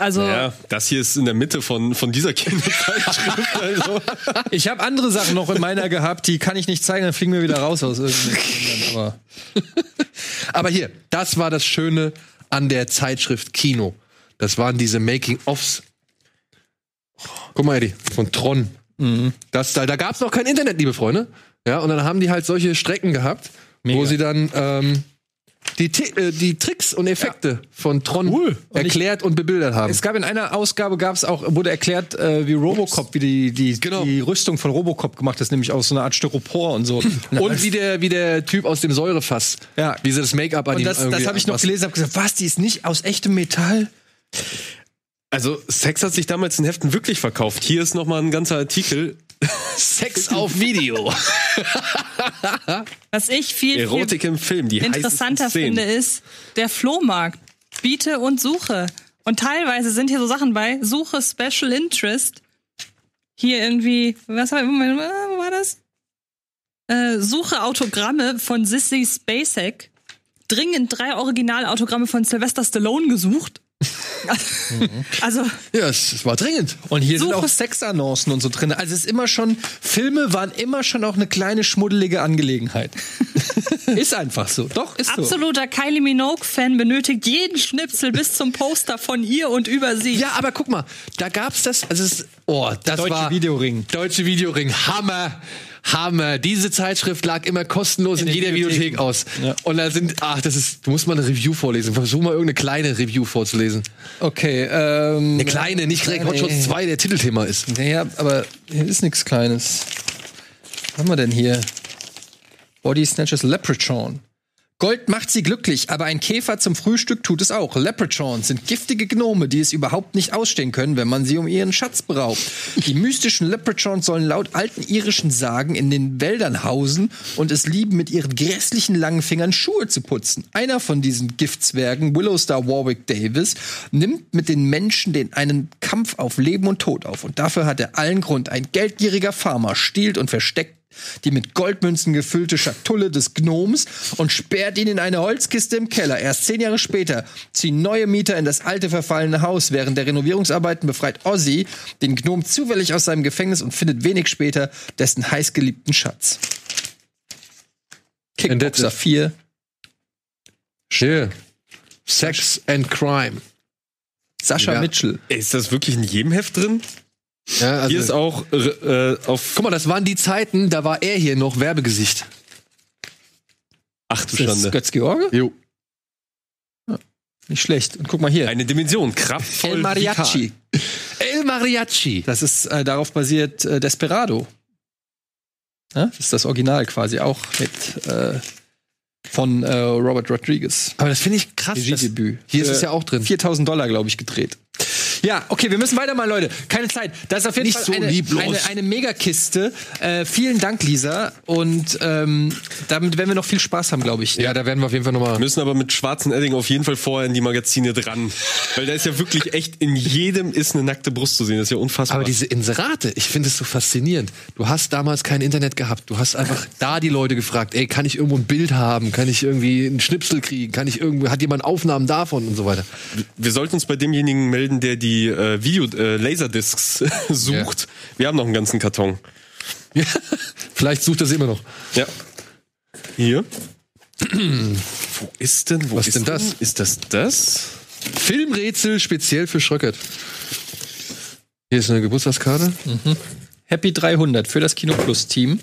S4: Also
S3: Ja, das hier ist in der Mitte von, von dieser Kinderzeitschrift. also.
S2: Ich habe andere Sachen noch in meiner gehabt, die kann ich nicht zeigen, dann fliegen wir wieder raus aus irgendeinem. Aber
S1: Aber hier, das war das Schöne an der Zeitschrift Kino. Das waren diese Making-Offs. Guck mal, Eddie, von Tron.
S2: Mhm.
S1: Das, da da gab es noch kein Internet, liebe Freunde. Ja, und dann haben die halt solche Strecken gehabt, wo sie dann ähm, die, Ti- äh, die Tricks und Effekte von Tron erklärt und bebildert haben.
S2: es gab in einer Ausgabe gab's auch, wurde erklärt, äh, wie Robocop, wie die, die,
S1: Genau.
S2: die Rüstung von Robocop gemacht ist, nämlich aus so einer Art Styropor und so.
S1: Und wie der, wie der Typ aus dem Säurefass,
S2: Ja.
S1: wie sie das Make-up an
S2: Und
S1: ihm
S2: das, das
S1: irgendwie
S2: habe ich noch
S1: anpassen.
S2: gelesen, habe gesagt, was, die ist nicht aus echtem Metall?
S3: also, Sex hat sich damals in Heften wirklich verkauft. Hier ist nochmal ein ganzer Artikel.
S1: Sex auf Video.
S4: was ich viel,
S3: Erotik
S4: viel
S3: im Film, die
S4: interessanter
S3: heißesten Szenen.
S4: finde, ist der Flohmarkt. Biete und Suche. Und teilweise sind hier so Sachen bei Suche Special Interest. Hier irgendwie, was war, Moment, wo war das? Äh, Suche Autogramme von Sissy Spacek. Dringend drei Originalautogramme von Sylvester Stallone gesucht.
S3: Mhm.
S4: Also,
S1: Ja, es, es war dringend.
S2: Und hier sind
S4: Suche-
S2: auch Sexannoncen und so drin. Also es ist immer schon, Filme waren immer schon auch eine kleine schmuddelige Angelegenheit. ist einfach so. Doch, ist so.
S4: absoluter Kylie Minogue-Fan benötigt jeden Schnipsel bis zum Poster von ihr und über sie.
S1: Ja, aber guck mal, da gab's das, also es, oh, das
S2: Deutsche
S1: war...
S2: Videoring.
S1: Deutsche Videoring, Hammer, Hammer. Diese Zeitschrift lag immer kostenlos in,
S2: den
S1: jeder Videothek,
S2: Videotheken.
S1: aus.
S2: Ja.
S1: Und da sind, ach, das ist, du musst mal eine Review vorlesen. Versuch mal irgendeine kleine Review vorzulesen.
S2: Okay, ähm. äh,
S1: Eine kleine, nicht direkt Hot Shots 2, der Titelthema ist.
S2: Naja, aber hier ist nichts Kleines. Was haben wir denn hier? Body Snatchers Leprechaun. Gold macht sie glücklich, aber ein Käfer zum Frühstück tut es auch. Leprechauns sind giftige Gnome, die es überhaupt nicht ausstehen können, wenn man sie um ihren Schatz beraubt. Die mystischen Leprechauns sollen laut alten irischen Sagen in den Wäldern hausen und es lieben, mit ihren grässlichen langen Fingern Schuhe zu putzen. Einer von diesen Giftzwergen, Willowstar Warwick Davis, nimmt mit den Menschen den einen Kampf auf Leben und Tod auf. Und dafür hat er allen Grund. Ein geldgieriger Farmer stiehlt und versteckt die mit Goldmünzen gefüllte Schatulle des Gnoms und sperrt ihn in eine Holzkiste im Keller. Erst zehn Jahre später ziehen neue Mieter in das alte verfallene Haus. Während der Renovierungsarbeiten befreit Ozzy den Gnom zufällig aus seinem Gefängnis und findet wenig später dessen heißgeliebten Schatz. Kickboxer
S1: Entdeckte.
S2: 4.
S1: Hier. Sex and Crime.
S2: Sascha
S1: Ja.
S2: Mitchell.
S3: Ey, Ist das wirklich in jedem Heft drin?
S1: Ja, also,
S3: Hier ist auch äh, auf.
S1: guck mal, das waren die Zeiten, da war er hier noch Werbegesicht.
S3: Ach du
S2: Das ist
S3: Schande.
S2: Götz-George? Ah,
S1: Jo.
S2: Nicht schlecht. Und guck mal hier.
S3: Eine Dimension, kraftvoll.
S2: El
S3: vital.
S2: Mariachi.
S1: El Mariachi.
S2: Das ist äh, darauf basiert äh, Desperado. Ja, das ist das Original quasi auch mit äh, von äh, Robert Rodriguez.
S1: Aber das finde ich krass. Das,
S2: Regiedebüt.
S1: hier ist
S2: Für
S1: es ja auch drin.
S2: 4000 Dollar, glaube ich, gedreht. Ja, okay, wir müssen weitermachen, Leute. Keine Zeit. Das ist auf jeden
S1: Nicht
S2: Fall
S1: so
S2: eine,
S1: lieblos.
S2: eine, eine Megakiste. Äh, vielen Dank, Lisa. Und ähm, damit werden wir noch viel Spaß haben, glaube ich. ne?
S1: Ja, da werden wir auf jeden Fall nochmal.
S3: Müssen aber mit schwarzen Edding auf jeden Fall vorher in die Magazine dran. Weil da ist ja wirklich echt, in jedem ist eine nackte Brust zu sehen. Das ist ja unfassbar.
S1: Aber diese Inserate, ich finde es so faszinierend. Du hast damals kein Internet gehabt. Du hast einfach da die Leute gefragt, ey, kann ich irgendwo ein Bild haben? Kann ich irgendwie einen Schnipsel kriegen? Kann ich irgendwo, hat jemand Aufnahmen davon und so weiter?
S3: Wir sollten uns bei demjenigen melden, der die äh, Video äh, Laserdiscs sucht. Wir haben noch einen ganzen Karton.
S1: Vielleicht sucht er sie immer noch.
S3: Ja. Hier. Wo ist denn, wo
S1: Was
S3: ist
S1: denn das?
S3: Ist das das?
S1: Filmrätsel speziell für Schröckert. Hier ist eine Geburtstagskarte.
S2: Happy 300 für das Kino Plus Team.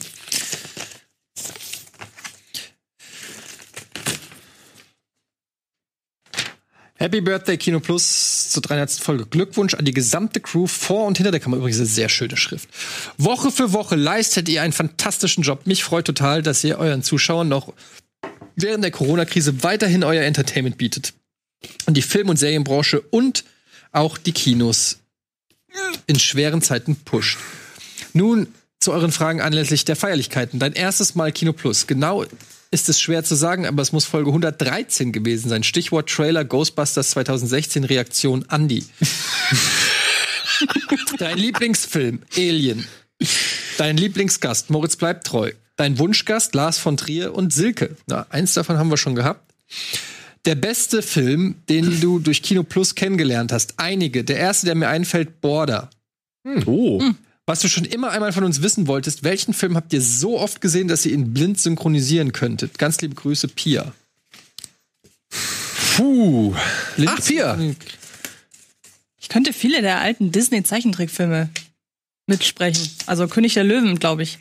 S2: Happy Birthday Kino Plus zur 300. Folge. Glückwunsch an die gesamte Crew vor und hinter der Kamera. Übrigens eine sehr schöne Schrift. Woche für Woche leistet ihr einen fantastischen Job. Mich freut total, dass ihr euren Zuschauern noch während der Corona-Krise weiterhin euer Entertainment bietet. Und die Film- und Serienbranche und auch die Kinos in schweren Zeiten pusht. Nun zu euren Fragen anlässlich der Feierlichkeiten. Dein erstes Mal Kino Plus. Genau ist es schwer zu sagen, aber es muss Folge 113 gewesen sein. Stichwort Trailer Ghostbusters 2016 Reaktion Andy. Dein Lieblingsfilm Alien. Dein Lieblingsgast Moritz bleibt treu. Dein Wunschgast Lars von Trier und Silke. Na, eins davon haben wir schon gehabt. Der beste Film, den du durch Kino Plus kennengelernt hast. Einige. Der erste, der mir einfällt, Border.
S3: Oh.
S2: Was du schon immer einmal von uns wissen wolltest, welchen Film habt ihr so oft gesehen, dass ihr ihn blind synchronisieren könntet? Ganz liebe Grüße, Pia.
S1: Puh. Ach, Pia.
S4: Ich könnte viele der alten Disney-Zeichentrickfilme mitsprechen. Also König der Löwen, glaube ich.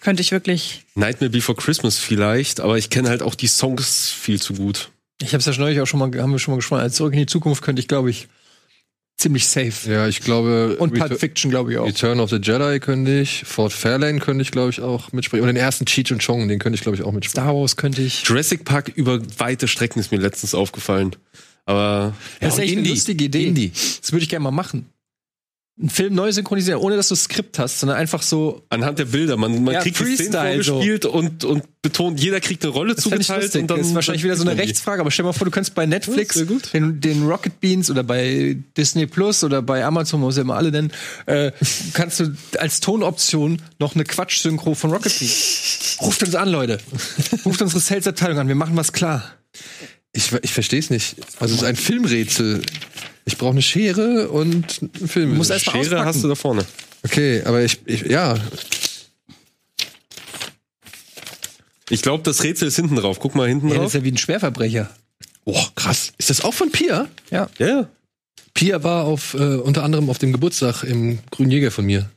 S4: Könnte ich wirklich.
S3: Nightmare Before Christmas vielleicht, aber ich kenne halt auch die Songs viel zu gut.
S2: Ich hab's ja schon neulich auch schon mal, haben wir schon mal gesprochen. Als Zurück in die Zukunft könnte ich, glaube ich, ziemlich safe.
S1: Ja, ich glaube.
S2: Und
S1: Retur-
S2: Pulp Fiction, glaube ich, auch.
S1: Return of the Jedi könnte ich. Fort Fairlane könnte ich, glaube ich, auch mitsprechen. Und den ersten Cheech und Chong, den könnte ich, glaube ich, auch mitsprechen.
S2: Star Wars könnte ich.
S3: Jurassic Park über weite Strecken ist mir letztens aufgefallen. Aber
S2: Das ist
S1: und
S2: echt eine
S1: Indie.
S2: lustige Idee.
S1: Indie.
S2: Das würde ich gerne mal machen. Einen Film neu synchronisieren, ohne dass du Skript hast, sondern einfach so.
S3: anhand der Bilder, man, man
S2: Ja,
S3: kriegt die Szenen
S2: Freestyle so.
S3: vorgespielt und, und betont, jeder kriegt eine Rolle
S2: fänd
S3: zugeteilt. Und dann,
S2: das ist wahrscheinlich wieder so eine Rechtsfrage, aber stell dir mal vor, du könntest bei Netflix
S3: Ja, sehr gut.
S2: den, den Rocket Beans oder bei Disney Plus oder bei Amazon, muss ja immer alle nennen, äh, kannst du als Tonoption noch eine Quatsch-Synchro von Rocket Beans. Ruft uns an, Leute. Ruft unsere Sales-Abteilung an, wir machen was klar.
S1: Ich, ich verstehe es nicht. Also, es ist ein Filmrätsel. Ich brauche eine Schere und einen Film.
S2: Muss erst mal
S3: Schere
S2: auspacken.
S3: hast du da vorne.
S1: Okay, aber ich, ich ja,
S3: Ich glaube, das Rätsel ist hinten drauf. Guck mal hinten
S2: Ja, das ist
S3: drauf.
S2: ja wie ein Schwerverbrecher.
S1: Boah, Oh, krass. Ist das auch von Pia?
S2: Ja.
S3: Ja, ja.
S1: Pia war auf, äh, unter anderem auf dem Geburtstag im Grünjäger von mir.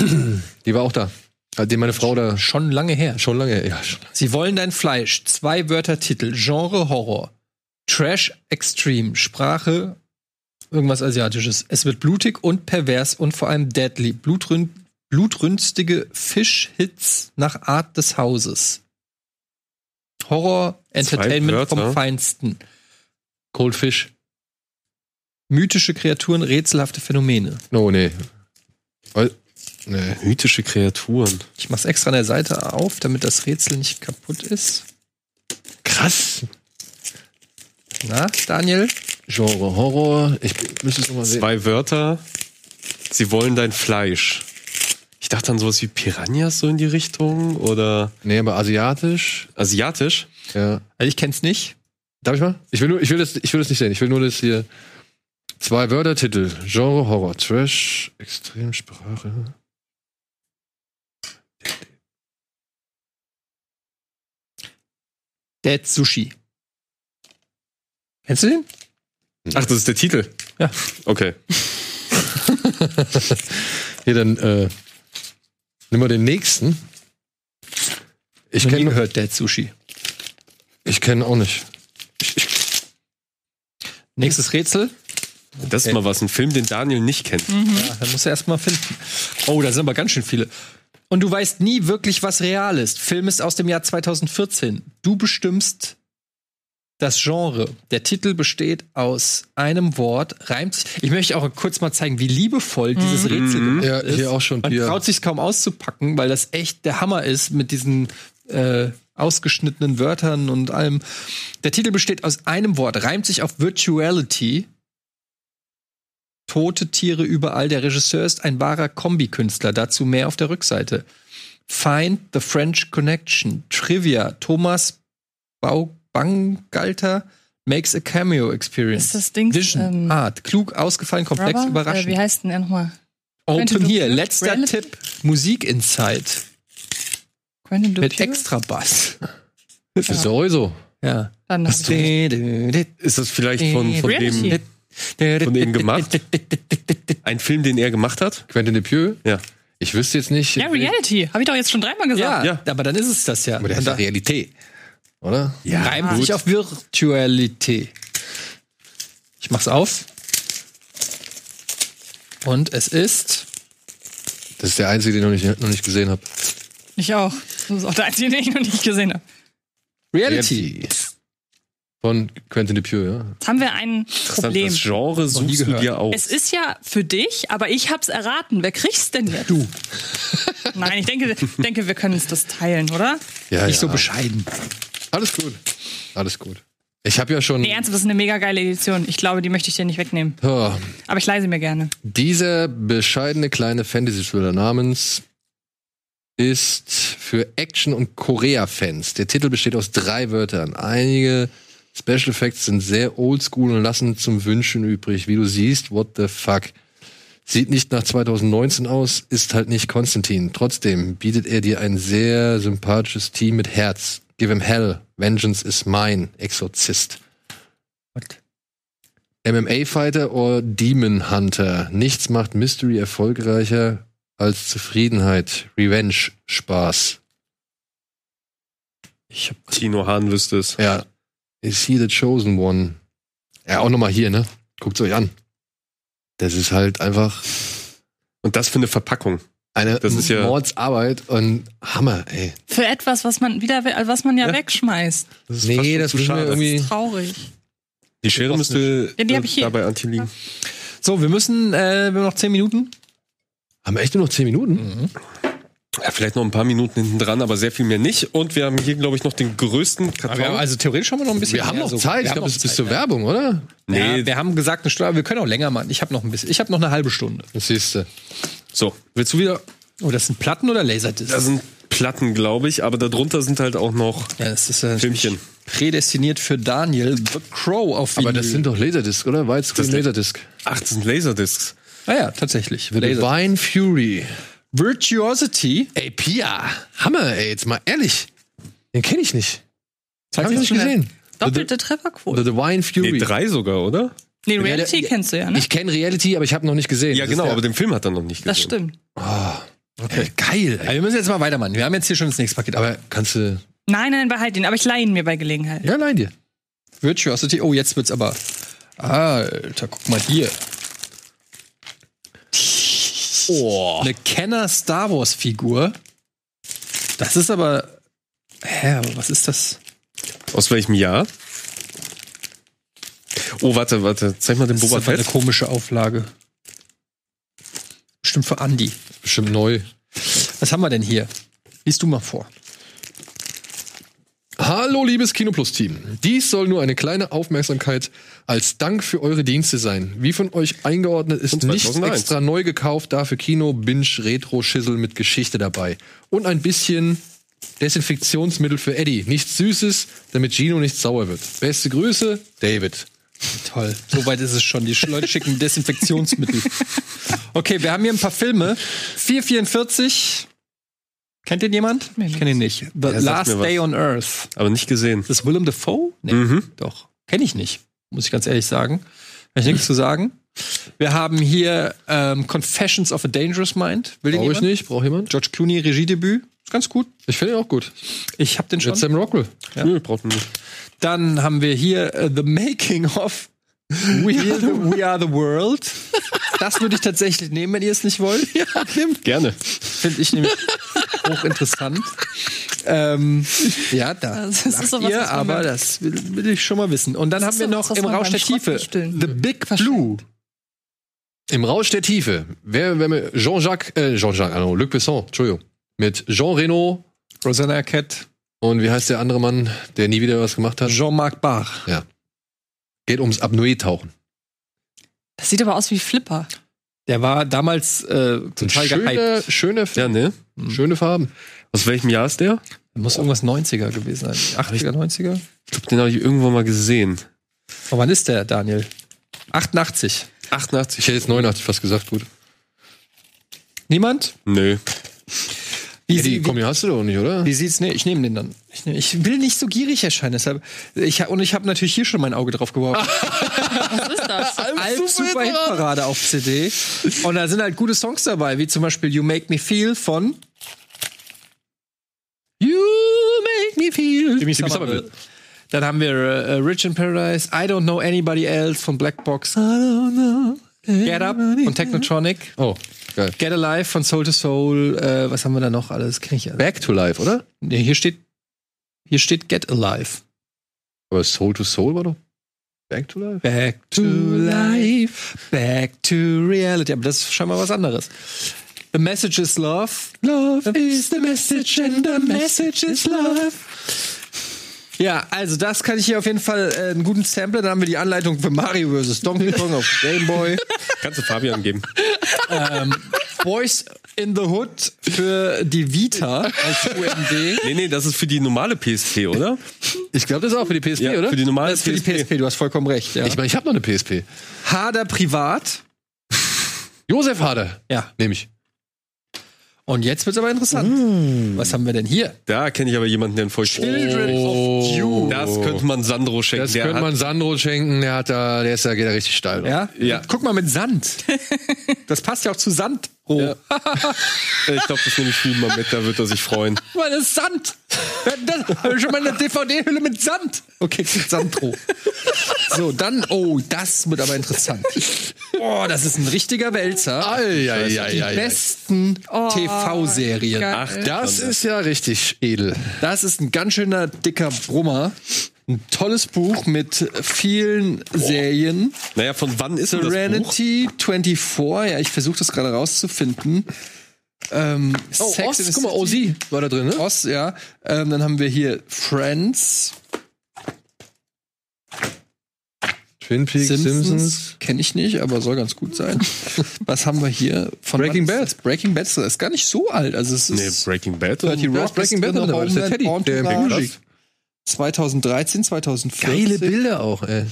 S1: Die war auch da. Hat den meine Frau da
S2: Schon lange her.
S1: schon lange, ja, schon.
S2: Sie wollen dein Fleisch. Zwei Wörter Titel. Genre Horror. Trash Extreme. Sprache irgendwas Asiatisches. Es wird blutig und pervers und vor allem deadly. Blutrün blutrünstige Fischhits nach Art des Hauses. Horror Entertainment vom
S3: Wörter.
S2: Feinsten.
S1: Cold Fish.
S2: Mythische Kreaturen, rätselhafte Phänomene.
S1: No, nee. Weil- Nee.
S3: Mythische Kreaturen.
S2: Ich mach's extra an der Seite auf, damit das Rätsel nicht kaputt ist.
S1: Krass.
S2: Na, Daniel?
S1: Genre Horror. Ich müsste es nochmal
S2: Also-
S1: sehen.
S3: Zwei Wörter. Sie wollen dein Fleisch. Ich dachte an sowas wie Piranhas so in die Richtung oder
S1: Nee, aber asiatisch.
S3: asiatisch.
S1: Ja.
S2: Also ich kenn's nicht.
S1: Darf ich mal? Ich will, nur, ich, will das, ich will das nicht sehen. Ich will nur das hier. Zwei Wörter, Titel. Genre Horror. Trash, Extremsprache.
S2: Dead Sushi. Kennst du den?
S3: Ach, das ist der Titel.
S2: Ja.
S3: Okay.
S1: Hier, dann äh, nimm mal den nächsten. Ich
S2: Noch nie
S1: kenne
S2: gehört Dead Sushi.
S1: ich kenn auch nicht.
S2: Nächstes Rätsel.
S3: Das ist mal was, ein Film, den Daniel nicht kennt.
S2: Ja, da muss er erstmal finden. Oh, da sind aber ganz schön viele. Und du weißt nie wirklich, was real ist. Film ist aus dem Jahr 2014. Du bestimmst das Genre. Der Titel besteht aus einem Wort, reimt sich. Ich möchte auch kurz mal zeigen, wie liebevoll dieses Rätsel
S1: Mhm.
S2: gemacht
S1: Ja,
S2: ist.
S1: hier auch schon
S2: Man
S1: Bier.
S2: traut sich kaum auszupacken, weil das echt der Hammer ist mit diesen äh, ausgeschnittenen Wörtern und allem. Der Titel besteht aus einem Wort, reimt sich auf Virtuality. Tote Tiere überall. Der Regisseur ist ein wahrer Kombikünstler. Dazu mehr auf der Rückseite. Find the French Connection. Trivia. Thomas Bau Bangalter makes a cameo experience.
S4: Ist das Dings,
S2: Vision.
S4: ähm,
S2: Art. Klug, ausgefallen, komplex,
S4: Rubber? Äh,
S2: überraschend.
S4: wie heißt denn er nochmal?
S2: Open
S4: Quentin
S2: hier,
S4: Dupieux?
S2: letzter
S4: Relative?
S2: Tipp. Musik Insight
S4: Quentin
S2: mit
S4: Dupieux?
S2: extra Bass.
S1: Ist ja auch so.
S2: Ja.
S4: Dann hab ich
S3: Ist das vielleicht von, von
S4: Äh, Reality.
S3: dem
S2: Von
S3: eben gemacht? ein Film, den er gemacht hat?
S1: Quentin Depieux?
S3: Ja.
S1: Ich wüsste jetzt nicht.
S4: ja, Reality. Habe ich doch jetzt schon dreimal
S2: Ja,
S4: gesagt.
S2: ja, aber dann ist es das ja.
S1: aber der
S2: Und
S1: ist ja
S2: da
S1: Realität. Oder?
S3: Ja,
S2: reimt sich auf Virtualität. Ich mach's auf. Und es ist.
S1: Das ist der einzige, den ich noch nicht, noch nicht gesehen habe.
S4: Ich auch. Das ist auch der einzige, den ich noch nicht gesehen habe.
S2: Reality.
S1: Von Quentin Depieux, ja.
S4: Jetzt haben wir ein
S3: Das
S4: Problem.
S3: Genre
S2: nie
S3: suchst du
S2: gehört.
S3: dir aus.
S4: Es ist ja für dich, aber ich hab's erraten. Wer kriegt's denn jetzt?
S2: Du.
S4: Nein, ich denke, denke wir können uns das teilen, oder?
S1: Ja,
S2: Nicht
S1: ja.
S2: so bescheiden.
S1: Alles gut. Alles gut. Ich habe ja schon.
S4: Nee, ernsthaft, das ist eine mega geile Edition. Ich glaube, die möchte ich dir nicht wegnehmen.
S1: Oh,
S4: Aber ich leih sie mir gerne.
S1: dieser bescheidene kleine Fantasy-Thriller namens ist für Action- und Korea-Fans. Der Titel besteht aus drei Wörtern. Einige Special Effects sind sehr oldschool und lassen zum Wünschen übrig. Wie du siehst, what the fuck. Sieht nicht nach 2019 aus, ist halt nicht Konstantin. Trotzdem bietet er dir ein sehr sympathisches Team mit Herz. Give him hell. Vengeance is mine. Exorzist. MMA-Fighter oder Demon Hunter. Nichts macht Mystery erfolgreicher als Zufriedenheit, Revenge, Spaß.
S2: Ich hab
S3: Tino Hahn wüsste es.
S1: Ja. Is he the chosen one? Ja, auch nochmal hier, ne? Guckt's euch an. Das ist halt einfach
S3: Und das für eine Verpackung.
S1: eine
S3: Das ist ja-
S1: Mordsarbeit und Hammer, ey.
S4: Für etwas, was man wieder, also was man ja,
S3: Ja.
S4: wegschmeißt.
S3: Das fast
S1: Nee,
S3: schon
S1: das
S3: zu
S1: müssen wir
S3: schade.
S1: irgendwie.
S4: Traurig.
S3: Die Schere müsste
S4: Ja, die hab
S3: äh,
S4: ich hier.
S3: dabei antiliegen.
S2: So, wir müssen, äh, wir haben noch 10 Minuten.
S1: Haben wir echt nur noch 10 Minuten?
S2: Mhm.
S3: Ja, vielleicht noch ein paar Minuten hinten dran, aber sehr viel mehr nicht. Und wir haben hier, glaube ich, noch den größten Karton.
S2: also theoretisch haben wir noch ein bisschen.
S1: Wir haben
S2: mehr,
S1: noch
S2: so.
S1: Zeit.
S2: Wir
S1: Ich
S2: haben
S1: glaube,
S2: noch
S1: es ist bis
S2: Zeit,
S1: zur
S2: ja.
S1: Werbung, oder?
S3: nee,
S2: also- Ja, wir haben gesagt eine Stunde, aber wir können auch länger machen. Ich habe noch ein bisschen. Ich habe noch eine halbe Stunde.
S1: Das siehst du.
S3: so. Willst du wieder?
S2: Oh, das sind Platten oder Laserdisc?
S3: Da sind Platten, glaube ich. Aber darunter sind halt auch noch
S2: Ja, das ist ja
S3: Filmchen.
S2: prädestiniert für Daniel The Crow auf
S1: Aber
S2: Vinyl.
S1: das sind doch Laserdisc, oder? Widescreen
S3: Das-
S1: Laserdisc.
S3: Ach, das sind Laserdiscs.
S2: Ah ja, tatsächlich. Laser.
S1: Divine Fury.
S2: Virtuosity.
S1: Ey, Pia. Hammer, ey, jetzt mal ehrlich. Den kenne ich nicht.
S2: Zeig
S1: Hab ich nicht gesehen.
S4: Doppelte Trefferquote.
S1: The Divine Fury.
S3: Nee, drei sogar, oder?
S4: Nee,
S1: der-
S4: Reality kennst du ja, ne?
S1: Ich kenne Reality, aber ich habe noch nicht gesehen.
S3: Ja,
S1: Das ist
S3: genau,
S1: der-
S3: aber den Film hat er noch nicht gesehen.
S4: Das stimmt.
S1: Ey, Äh, geil.
S2: Aber
S1: Ey.
S2: wir müssen jetzt mal weitermachen. Wir haben jetzt hier schon das nächste Paket. Aber
S1: Aber kannst du.
S4: Nein, nein, behalt ihn, aber ich leihe ihn mir bei Gelegenheit.
S1: Ja, nein dir.
S2: Virtuosity. Oh, jetzt wird's aber. Alter, guck mal hier.
S1: Oh.
S2: Eine Kenner Star Wars Figur. Das ist aber. Hä, aber was ist das?
S3: Aus welchem Jahr? Oh, warte, warte. Zeig mal den
S2: Das ist
S3: Boba
S2: aber eine
S3: Fett.
S2: komische Auflage. Bestimmt für Andy.
S1: Bestimmt neu.
S2: Was haben wir denn hier? Lies du mal vor.
S1: Hallo, liebes Kinoplus-Team. Dies soll nur eine kleine Aufmerksamkeit als Dank für eure Dienste sein. Wie von euch eingeordnet, ist
S3: Und
S1: nichts
S3: 2001.
S1: extra neu gekauft, dafür Kino, Binge, Retro, Schissel mit Geschichte dabei. Und ein bisschen Desinfektionsmittel für Eddie. Nichts Süßes, damit Gino nicht sauer wird. Beste Grüße, David.
S2: Toll. Soweit ist es schon. Die Leute schicken Desinfektionsmittel. Okay, wir haben hier ein paar Filme. 444. Kennt den jemand?
S4: Nee,
S2: Ich kenne ihn nicht. The
S3: sagt
S2: Last
S3: mir was.
S2: Day on Earth.
S3: Aber nicht gesehen.
S2: Ist das Willem Dafoe? Nee,
S3: Mhm.
S2: doch. Kenne ich nicht. Muss ich ganz ehrlich sagen. Kann ich nichts zu sagen. Wir haben hier ähm, Confessions of a Dangerous Mind. Will den
S1: Brauche ich
S2: jemand?
S1: nicht? Braucht jemand?
S2: George Clooney, Regiedebüt. Ist ganz gut.
S1: Ich finde ihn auch gut.
S2: Ich habe den schon.
S1: Mit Sam Rockwell.
S2: Ja.
S3: Nö, braucht man nicht.
S2: Dann haben wir hier äh, The Making of We Are the, We Are the World. Das würde ich tatsächlich nehmen, wenn ihr es nicht wollt. Ja, nimmt.
S3: Gerne.
S2: Finde ich nämlich hochinteressant. Ähm, ja, da
S4: Das
S2: das
S4: ist sowas, was man
S2: ihr, aber
S4: merkt.
S2: das will, will ich schon mal wissen. Und dann
S4: Das
S2: haben
S4: ist
S2: wir
S4: sowas,
S2: noch
S4: was
S2: im
S4: man
S2: Rausch
S4: beim
S2: der Tiefe
S4: Schrottwichteln
S2: The Big Blue.
S1: Im Rausch der Tiefe. Wer, wer mit Jean-Jacques, äh, Jean-Jacques, Arnaud, Luc Besson, Entschuldigung. Mit Jean Reno
S2: Rosanna Arquette,
S1: und wie heißt der andere Mann, der nie wieder was gemacht hat?
S2: Jean-Marc Bach.
S1: Geht ums Apnoe-Tauchen.
S4: Das sieht aber aus wie Flipper.
S2: Der war damals äh, total gehypt.
S1: schöne, schöne,
S3: Ja, ne?
S1: schöne Farben.
S3: Aus welchem Jahr ist der?
S2: Muss irgendwas 90er gewesen sein. 80er, 90er?
S3: Ich glaube, den habe ich irgendwo mal gesehen.
S2: Oh, wann ist der, Daniel? 88.
S3: 88.
S1: Ich hätte jetzt 89 fast gesagt, gut.
S2: Niemand?
S3: Nö.
S2: Wie,
S1: Ja, die
S2: sie- wie,
S1: Kombi hast du doch nicht, oder?
S2: wie sieht's? Nee, ich nehme den dann. Ich, nehm, ich will nicht so gierig erscheinen, deshalb. Ich, ha- und ich habe natürlich hier schon mein Auge drauf geworfen.
S4: Was ist das?
S2: Alt super Hitparade auf CD. Und da sind halt gute Songs dabei, wie zum Beispiel You Make Me Feel von
S1: You make me feel. Jimmy Somerville.
S2: Dann haben wir äh, äh, Rich in Paradise, I Don't Know Anybody Else von Black Box, Get Up von Technotronic,
S1: Oh, geil.
S2: Get Alive von Soul to Soul. Äh, was haben wir da noch alles? Kenn ich ja.
S1: Back to Life, oder?
S2: Nee, hier steht, hier steht Get Alive.
S1: Aber Soul to Soul war doch Back to Life.
S2: Back to life, back to reality. Aber das ist scheinbar was anderes. The message is love. Love is the message and the message is love. Ja, also das kann ich hier auf jeden Fall äh, einen guten Sampler. Dann haben wir die Anleitung für Mario vs. Donkey Kong auf Game Boy.
S3: Kannst du Fabian geben.
S2: Boys in the Hood für die Vita als UMD.
S3: Nee, nee, das ist für die normale PSP, oder?
S1: Ich glaube, das ist auch für die PSP,
S3: Ja,
S1: oder?
S3: für die normale
S2: Das ist für die
S3: PSP.
S2: PSP, du hast vollkommen recht. Ja.
S1: ich meine, ich habe noch eine PSP.
S2: Hader Privat.
S1: Josef Hader.
S2: Ja.
S1: Nehme ich.
S2: Und jetzt wird's aber interessant. Was haben wir denn hier?
S3: Da kenne ich aber jemanden, der ein Vollsprung.
S2: Children of Dune.
S3: Oh. Das könnte man Sandro schenken.
S1: Das
S3: der
S1: könnte
S3: hat-
S1: man Sandro schenken, der hat da, der ist da, geht da richtig steil. drauf.
S2: Ja?
S3: Ja.
S2: Guck mal mit Sand. Das passt ja auch zu Sand. Oh.
S3: Ja. Ich glaube, das nehme ich viel mal mit, da wird er sich freuen.
S2: Guck mal, das ist Sand. Das hab ich schon mal eine DVD-Hülle mit Sand. Okay, kriegt Sandro. So, dann, oh, das wird aber interessant. Boah, das ist ein richtiger Wälzer.
S1: Ei, ei,
S2: Die
S1: ei, ei, ei.
S2: besten TV-Serien.
S4: geil.
S2: Ach,
S1: Das ist ja richtig edel.
S2: das ist ein ganz schöner dicker Brummer. Ein tolles Buch mit vielen Serien.
S3: Naja, von wann ist denn das Buch?
S2: Serenity 24, ja, ich versuche das gerade rauszufinden. Ähm,
S1: Oh,
S2: Sex and
S1: Oz,
S2: the
S1: guck mal,
S2: City.
S1: Ozzy war da drin, ne?
S2: Oz, ja. Ähm, dann haben wir hier Friends.
S1: Twin Peaks, Simpsons.
S2: kenne ich nicht, aber soll ganz gut sein. Was haben wir hier? Von
S1: Breaking
S2: wann ist das? Breaking Bad ist gar nicht so alt. Also es
S3: Nee,
S2: ist
S3: Breaking Bad.
S2: Dirty
S1: Da
S2: Rock
S1: ist Breaking Bad
S2: drin,
S1: dabei, das ist der
S2: Homeland,
S1: Teddy,
S2: Born to
S1: der im
S2: Die.
S1: Film
S3: läuft.
S2: 2013, 2014.
S1: Geile Bilder auch, ey.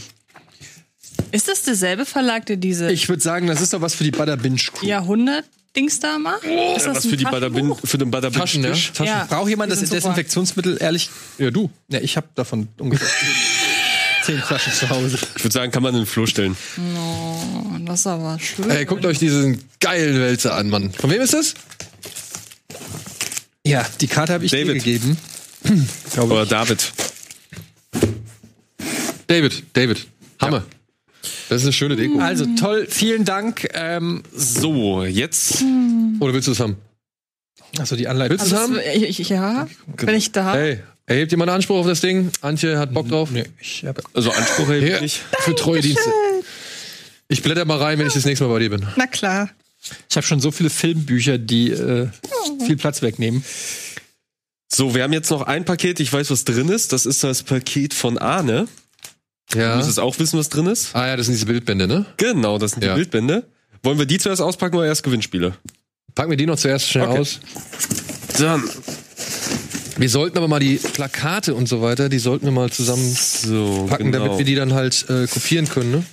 S4: Ist das derselbe Verlag, der diese
S2: Ich würde sagen, das ist doch was für die Butter Binge Crew.
S4: Jahrhundert-Dings da macht? ist das
S3: Was
S4: ein
S3: für, die
S4: Fachbuch?
S3: Badabin, für den Badabin
S1: Taschen, ja?
S3: Fisch.
S1: Taschen.
S4: Ja.
S2: Braucht jemand
S4: die
S2: das
S4: sind super.
S2: Desinfektionsmittel? Ehrlich,
S1: Ja, du.
S2: ja, ich habe davon ungefähr zehn Flaschen zu Hause.
S3: Ich würde sagen, kann man in den Flur stellen.
S4: Oh, das ist aber schön. Also,
S1: Ey, guckt euch diesen geilen Wälzer an, Mann. Von wem ist das?
S2: Ja, die Karte habe ich dir
S3: David.
S2: gegeben.
S3: Oder David.
S1: David, David. Hammer. Das ist eine schöne Deko.
S2: Also toll, vielen Dank. Ähm,
S3: So, jetzt.
S1: Oder willst du es haben?
S2: also die Anleitung.
S1: Willst du es haben?
S4: ich, ich, ja, wenn ich da
S1: Hey, erhebt jemand Anspruch auf das Ding? Antje hat Bock drauf? Mhm. Nee.
S2: Ich hab,
S3: Also Anspruch erhebe
S1: Ja,
S3: ich nicht.
S1: für treue Dienste. Ich blätter mal rein, wenn ich das nächste Mal bei dir bin.
S4: Na klar.
S2: ich hab schon so viele Filmbücher, die äh, viel Platz wegnehmen.
S3: So, wir haben jetzt noch ein Paket. Ich weiß, was drin ist. Das ist das Paket von Arne. Du
S1: Ja.
S3: müsstest auch wissen, was drin ist.
S1: Ah ja, das sind diese Bildbände, ne?
S3: Genau, das sind die
S1: Ja.
S3: Bildbände. Wollen wir die zuerst auspacken oder erst Gewinnspiele?
S1: Packen wir die noch zuerst schnell
S3: Okay.
S1: aus.
S3: Dann.
S1: Wir sollten aber mal die Plakate und so weiter, die sollten wir mal zusammen
S3: So,
S1: packen,
S3: genau.
S1: damit wir die dann halt äh, kopieren können, ne?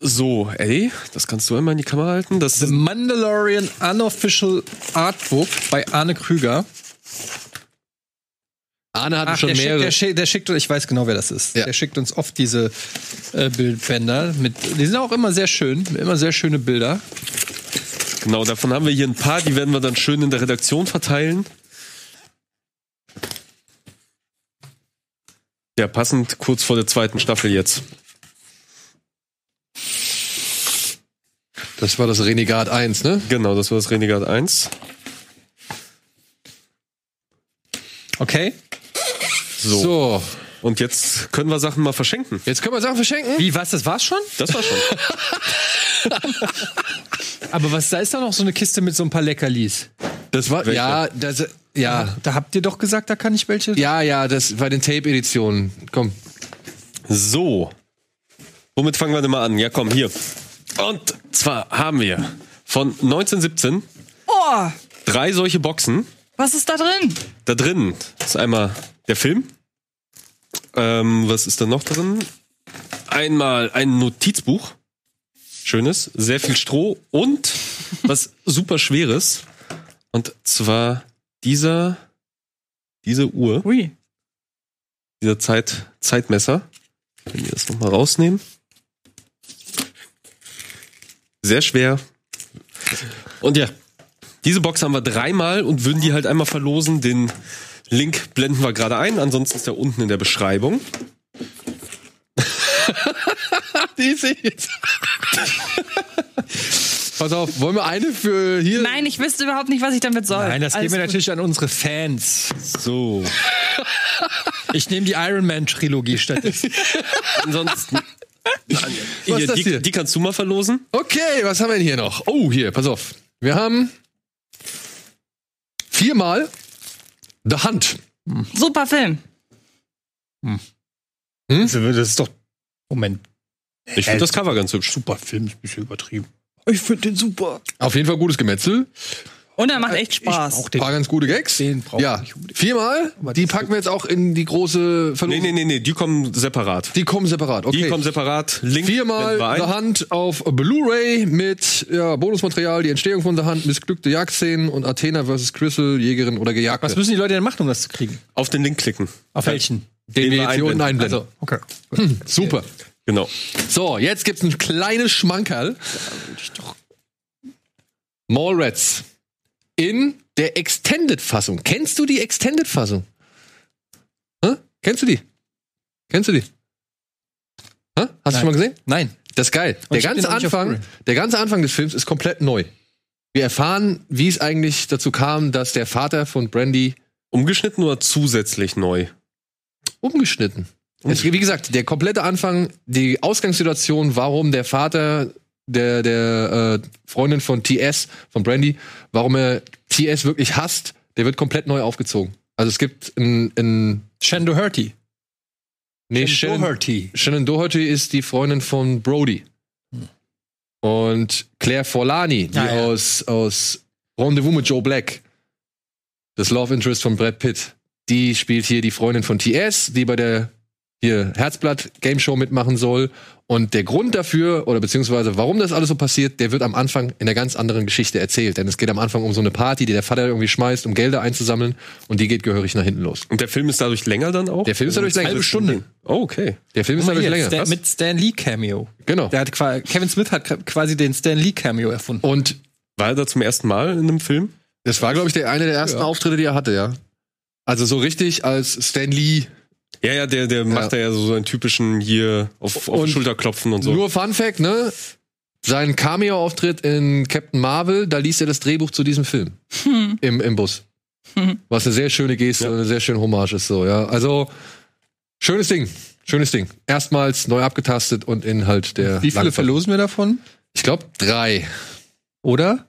S3: So, ey, das kannst du einmal in die Kamera halten. Das
S2: The
S3: ist
S2: Mandalorian Unofficial Artbook bei Arne Krüger.
S1: Arne hat
S2: Ach,
S1: schon
S2: der, schickt,
S1: mehrere.
S2: der, schickt, der schickt uns, ich weiß genau, wer das ist.
S1: Ja.
S2: Der schickt uns oft diese äh, Bildbänder. Mit, die sind auch immer sehr schön, immer sehr schöne Bilder.
S3: genau, davon haben wir hier ein paar, die werden wir dann schön in der Redaktion verteilen. Ja, passend kurz vor der zweiten Staffel jetzt.
S1: das war das Renegat 1, ne?
S3: Genau, das war das Renegat 1.
S2: Okay?
S1: So.
S3: So. Und jetzt können wir Sachen mal verschenken.
S1: Jetzt können wir Sachen verschenken.
S2: Wie, was, das war's schon?
S3: Das war schon.
S2: Aber was, da ist da noch so eine Kiste mit so ein paar Leckerlis.
S1: Das war
S3: Welche?
S1: ja, das ja,
S2: Da habt ihr doch gesagt, da kann ich welche.
S1: ja, ja, das bei den Tape Editionen. Komm.
S3: So. Womit fangen wir denn mal an? Ja, komm, hier. Und zwar haben wir von 1917
S4: Oh,
S3: drei solche Boxen.
S4: was ist da drin?
S3: Da drin ist einmal der Film. Ähm, was ist da noch drin? Einmal ein Notizbuch. Schönes. Sehr viel Stroh und was super Schweres. Und zwar dieser, diese Uhr.
S4: Ui.
S3: dieser Zeit, Zeitmesser. Wenn wir das nochmal rausnehmen. Sehr schwer. Und ja, diese Box haben wir dreimal und würden die halt einmal verlosen. Den Link blenden wir gerade ein. Ansonsten ist der unten in der Beschreibung.
S1: Die sehe jetzt. Pass auf, wollen wir eine für hier?
S4: Nein, ich wüsste überhaupt nicht, was ich damit soll.
S2: Nein, das
S4: Alles
S2: geben wir
S4: gut.
S2: natürlich an unsere Fans.
S3: So.
S2: Ich nehme die Iron Man Trilogie stattdessen.
S3: Ansonsten.
S1: Was ist das
S3: die,
S1: hier?
S3: die kannst du mal verlosen.
S1: Okay, was haben wir denn hier noch? Oh, hier, pass auf. Wir haben viermal The Hunt.
S4: Super Film.
S2: Also das ist doch. Moment,
S3: Ich finde das Cover ganz hübsch.
S2: super Film ist ein bisschen übertrieben.
S4: Ich finde den super.
S1: Auf jeden Fall gutes Gemetzel.
S4: Und er macht echt Spaß.
S2: brauch
S1: Ein paar ganz gute Gags.
S2: Den brauchen wir
S1: ja,
S2: nicht unbedingt.
S1: viermal.
S2: Aber
S1: Die
S2: das-
S1: packen wir jetzt auch in die große
S3: Nee,
S1: Verlosung.
S3: nee, nee, nee, die kommen separat.
S1: Die kommen separat. Okay.
S3: Die kommen separat. Link blenden wir
S1: Viermal
S3: ein.
S1: The Hand auf Blu-ray mit ja, Bonusmaterial, die Entstehung von The Hand, missglückte Jagdszenen und Athena vs. Crystal, Jägerin oder Gejagte.
S2: Was müssen die Leute denn machen, um das zu kriegen?
S3: Auf den Link klicken.
S2: Auf welchen?
S1: den wir jetzt hier
S3: einblenden.
S1: unten einblenden.
S2: Also, okay.
S1: Super.
S3: Genau.
S1: So, jetzt gibt's ein kleines Schmankerl. Mallrats. In der Extended-Fassung. Kennst du die Extended-Fassung? Hä? Kennst du die? Kennst du die? Hä? Hast du schon mal gesehen?
S2: Nein.
S1: Das ist geil.
S2: Und
S1: Der
S2: ich hab
S1: ganze,
S2: den auch nicht auf
S1: Anfang,
S2: Blu-ray.
S1: der ganze Anfang des Films ist komplett neu. Wir erfahren, wie es eigentlich dazu kam, dass der Vater von Brandy
S3: Umgeschnitten oder zusätzlich neu?
S1: umgeschnitten. Es, wie gesagt, der komplette Anfang, die Ausgangssituation, warum der Vater der, der äh, Freundin von TS, von Brandy, warum er TS wirklich hasst, der wird komplett neu aufgezogen. Also es gibt ein, ein
S2: Shando Hurty.
S1: Nee,
S2: Shannon
S1: Shannon,
S2: Doherty.
S1: Shannon Doherty ist die Freundin von Brody. Und Claire Forlani, die
S2: Ah, ja.
S1: aus, aus Rendezvous mit Joe Black, das Love Interest von Brad Pitt, die spielt hier die Freundin von TS, die bei der hier Herzblatt Game Show mitmachen soll. Und der Grund dafür, oder beziehungsweise warum das alles so passiert, der wird am Anfang in einer ganz anderen Geschichte erzählt. Denn es geht am Anfang um so eine Party, die der Vater irgendwie schmeißt, um Gelder einzusammeln. Und die geht gehörig nach hinten los.
S3: Und der Film ist dadurch länger dann auch?
S1: Der Film ist dadurch länger.
S3: Halbe Stunde. Oh, okay.
S1: Der Film ist dadurch länger.
S2: Stan, mit Stan Lee Cameo.
S1: Genau.
S2: Der hat qua- Kevin Smith hat gra- quasi den Stan Lee Cameo erfunden.
S1: Und
S3: War er da zum ersten Mal in einem Film?
S1: Das war, glaube ich, der eine der ersten Auftritte, die er hatte, ja. Also so richtig als Stan Lee.
S3: Ja, ja, der, der macht da ja so einen typischen hier auf, auf
S1: Und
S3: Schulterklopfen und so.
S1: Nur Fun Fact, ne? Sein Cameo-Auftritt in Captain Marvel, da liest er das Drehbuch zu diesem Film. Im, Im Bus. Was eine sehr schöne Geste
S3: Ja.
S1: und eine sehr schöne Hommage ist so, ja. Also, schönes Ding. Schönes Ding. Erstmals neu abgetastet und in halt der.
S2: Wie viele
S1: langen-
S2: verlosen wir davon?
S1: Ich glaube, drei.
S2: Oder?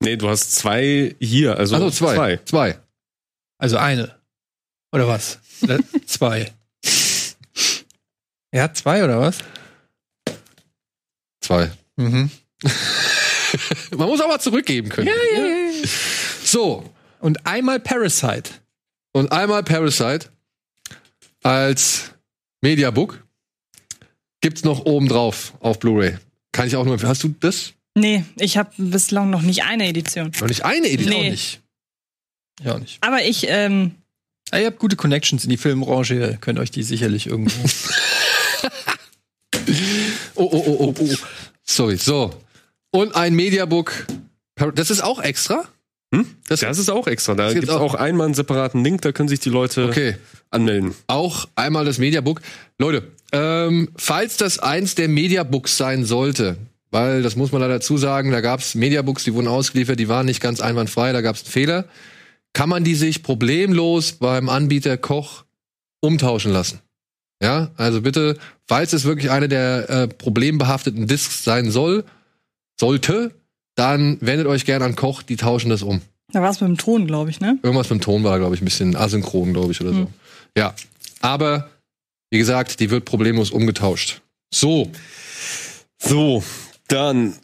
S3: nee, du hast zwei hier, also,
S1: Also zwei. Zwei.
S2: Also eine. Oder was? Oder zwei. Er hat zwei oder was?
S1: Zwei.
S2: Mhm.
S1: Man muss auch mal zurückgeben können. Ja, ja, ja. So,
S2: Und einmal Parasite.
S1: und einmal Parasite als Mediabook. Gibt's noch oben drauf auf Blu-ray. Kann ich auch nur empfehlen. Hast du das?
S4: Nee, ich habe bislang noch nicht eine Edition.
S1: Noch nicht eine Edition.
S4: Nee.
S1: nicht.
S2: Ja, nicht.
S4: Aber ich, ähm,
S2: Ah, ihr habt gute Connections in die Filmbranche, ihr könnt euch die sicherlich irgendwo.
S1: Oh, oh, oh, oh, oh. Sorry, so. Und ein Mediabook. Par- Das ist auch extra?
S3: Hm?
S1: Das-
S3: Das, ist auch extra. Da
S1: Das
S3: gibt
S1: gibt's
S3: es auch.
S1: auch.
S3: einmal einen separaten Link, da können sich die Leute
S1: Okay.
S3: anmelden.
S1: Auch einmal das Mediabook. Leute, ähm, falls das eins der Mediabooks sein sollte, weil das muss man leider dazu sagen, da gab's Mediabooks, die wurden ausgeliefert, die waren nicht ganz einwandfrei, da gab's einen Fehler, kann man die sich problemlos beim Anbieter Koch umtauschen lassen. Ja, also bitte, falls es wirklich eine der äh, problembehafteten Discs sein soll, sollte, dann wendet euch gerne an Koch, die tauschen das um.
S4: da war es mit dem Ton, glaube ich, ne?
S1: Irgendwas mit dem Ton war, glaube ich, ein bisschen asynchron, glaube ich, oder
S2: Hm.
S1: so. Ja. Aber, wie gesagt, die wird problemlos umgetauscht. So,
S3: So, dann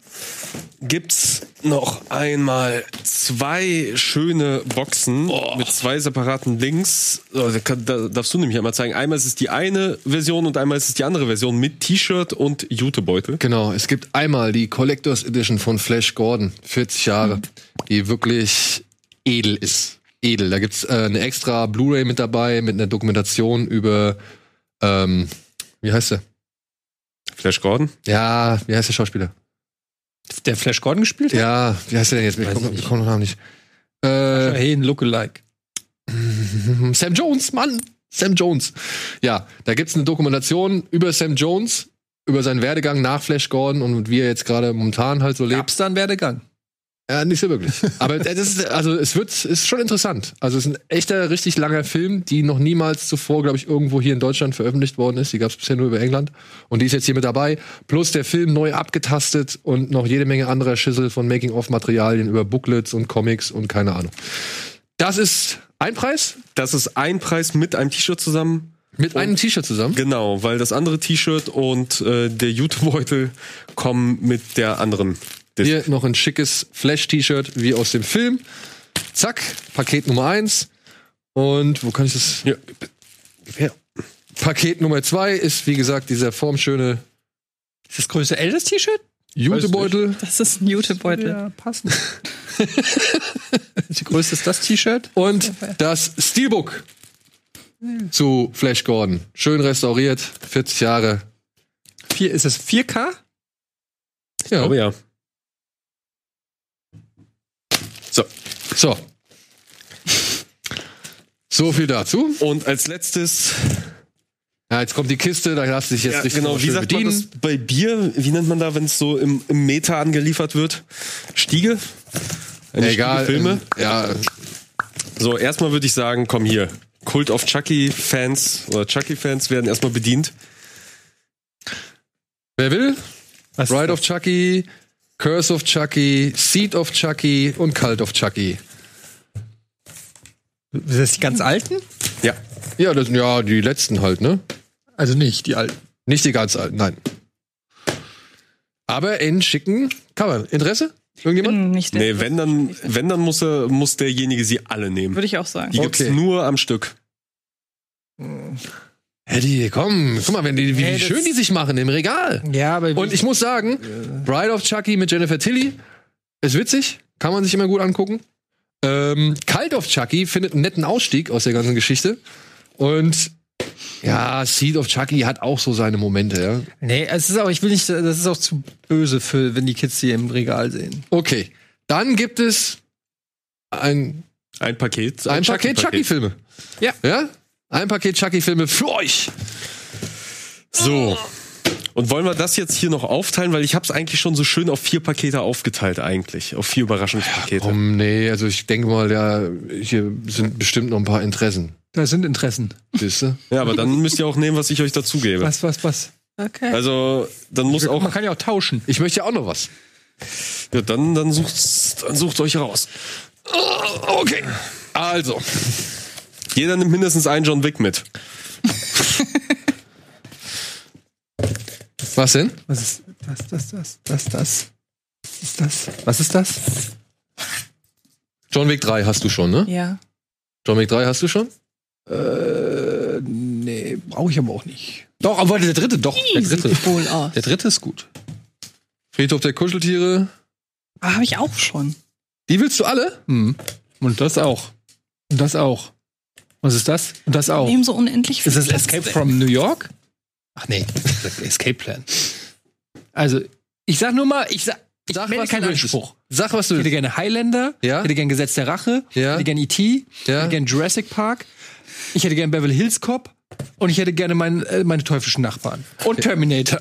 S3: gibt's noch einmal zwei schöne Boxen mit zwei separaten Links. Oh, da, kann, da darfst du nämlich einmal zeigen. Einmal ist es die eine Version und einmal ist es die andere Version mit T-Shirt und Jutebeutel.
S1: genau. Es gibt einmal die Collectors Edition von Flash Gordon, 40 Jahre,
S2: Hm.
S1: die wirklich edel ist. Edel. Da gibt's äh, eine extra Blu-ray mit dabei, mit einer Dokumentation über, ähm, wie heißt der?
S3: Flash Gordon.
S1: Ja, wie heißt der Schauspieler?
S2: der Flash Gordon gespielt hat?
S1: Ja, wie heißt der denn jetzt? Ich
S2: Weiß
S1: komme
S2: ich nicht.
S1: komm noch Namen nicht. Äh,
S2: Hey, ein Lookalike.
S1: Mhm. Sam Jones, Mann, Sam Jones. Ja, da gibt's eine Dokumentation über Sam Jones, über seinen Werdegang nach Flash Gordon und wie er jetzt gerade momentan halt so lebt.
S2: Gab's da einen Werdegang?
S1: Ja, nicht so wirklich. Aber das ist, also es wird, ist schon interessant. Also es ist ein echter, richtig langer Film, die noch niemals zuvor, glaube ich, irgendwo hier in Deutschland veröffentlicht worden ist. Die gab's bisher nur über England. Und die ist jetzt hier mit dabei. Plus der Film neu abgetastet und noch jede Menge anderer Schüssel von Making-of-Materialien über Booklets und Comics und keine Ahnung. Das ist ein Preis
S3: Das ist ein Preis mit einem T-Shirt zusammen.
S1: mit einem T-Shirt zusammen.
S3: Genau, weil das andere T-Shirt und äh, der Jutebeutel kommen mit der anderen. Disc.
S1: Hier noch ein schickes Flash-T-Shirt wie aus dem Film. Zack, Paket Nummer eins. Und wo kann ich das?
S3: Ja.
S1: Paket Nummer zwei ist, wie gesagt, dieser formschöne
S2: Ist das größte L das T-Shirt?
S1: Jutebeutel.
S4: Das ist ein Jutebeutel.
S2: Ja, passend. Wie größte ist das T-Shirt?
S1: Und das Steelbook zu Flash Gordon. Schön restauriert, 40 Jahre.
S2: Vier, ist es 4K?
S1: Ja.
S3: Oh ja. So,
S1: So. So viel dazu.
S3: und als letztes
S1: Ja, jetzt kommt die Kiste, da lass dich jetzt
S3: Ja,
S1: richtig
S3: genau,
S1: nochmal
S3: wie
S1: schön
S3: sagt man das bei Bier? Wie nennt man da, wenn es so im, im Meta angeliefert wird? Stiege? Eine
S1: Egal.
S3: Stiege Äh, Filme?
S1: ähm, Ja,
S3: So, erstmal würde ich sagen, komm hier. Kult of Chucky-Fans oder Chucky-Fans werden erstmal bedient.
S1: wer will,
S2: Was
S1: Ride of Chucky, Curse of Chucky, Seed of Chucky und Cult of Chucky.
S2: Ist das die ganz alten?
S3: Ja.
S1: Ja, das, ja, die letzten halt, ne?
S2: Also nicht, die alten.
S1: Nicht die ganz alten, nein. Aber in schicken Covern. Interesse? Irgendjemand?
S4: Bin nicht
S3: Nee, wenn dann, wenn dann muss, er, muss derjenige sie alle nehmen.
S4: Würde ich auch sagen.
S3: Die gibt's
S1: Okay.
S3: nur am Stück.
S1: Eddie, komm, guck mal, wenn die, wie
S2: Ey, das-
S1: schön die sich machen im Regal.
S2: Ja, aber
S1: Und ich muss sagen, Bride of Chucky mit Jennifer Tilly ist witzig, kann man sich immer gut angucken. Ähm, Cult of Chucky findet einen netten Ausstieg aus der ganzen Geschichte. Und ja, Seed of Chucky hat auch so seine Momente, ja.
S2: nee, es ist auch, ich will nicht, das ist auch zu böse für, wenn die Kids sie im Regal sehen.
S1: Okay. Dann gibt es ein,
S3: Ein Paket.
S1: ein Paket
S3: Chucky-Paket.
S1: Chucky-Filme.
S2: Ja.
S1: Ja? Ein Paket Chucky-Filme für euch.
S3: So. Und wollen wir das jetzt hier noch aufteilen, weil ich habe es eigentlich schon so schön auf vier Pakete aufgeteilt eigentlich, auf vier Überraschungspakete.
S1: Um, nee, also ich denke mal, ja, hier sind bestimmt noch ein paar Interessen.
S2: Da sind Interessen.
S1: Siehst du?
S3: Ja, aber dann müsst ihr auch nehmen, was ich euch dazu gebe.
S2: Was, was, was?
S4: Okay.
S3: Also, dann muss
S2: Man
S3: auch
S2: kann ja auch tauschen.
S1: Ich möchte ja auch noch was.
S3: ja, dann dann sucht dann sucht euch raus.
S1: Okay. Also,
S3: Jeder nimmt mindestens einen John Wick mit.
S1: was denn?
S2: Was ist das, das, das, das, das? Was ist das? Was ist das?
S1: John Wick 3 hast du schon, ne?
S4: ja.
S1: John Wick 3 hast du schon?
S2: Äh, nee, brauche ich aber auch nicht. Doch, aber der dritte, doch. Der dritte.
S4: Wohl aus.
S2: Der dritte ist gut.
S1: Friedhof der Kuscheltiere.
S4: Ah, Habe ich auch schon.
S1: Die willst du alle?
S2: Hm. Und das auch. Und das auch. Was ist das? Und das auch.
S4: Nehmen so unendlich
S2: Oh.
S4: viel
S2: Ist das
S4: Platz
S2: Escape
S4: weg.
S2: from New York? Ach nee, Escape Plan. Also, ich sag nur mal, ich sag, ich
S1: Sag,
S2: melde
S1: was
S2: keinen
S1: du willst.
S2: Anspruch.
S1: Sag, was du
S2: Ich hätte
S1: willst.
S2: gerne Highlander,
S1: Ja.
S2: ich hätte gerne Gesetz der Rache,
S1: Ja.
S2: ich hätte gerne E.T., ich
S1: Ja.
S2: E hätte gerne Jurassic Park, ich hätte gerne Beverly Hills Cop und ich hätte gerne meinen, äh, meine teuflischen Nachbarn. Und Terminator.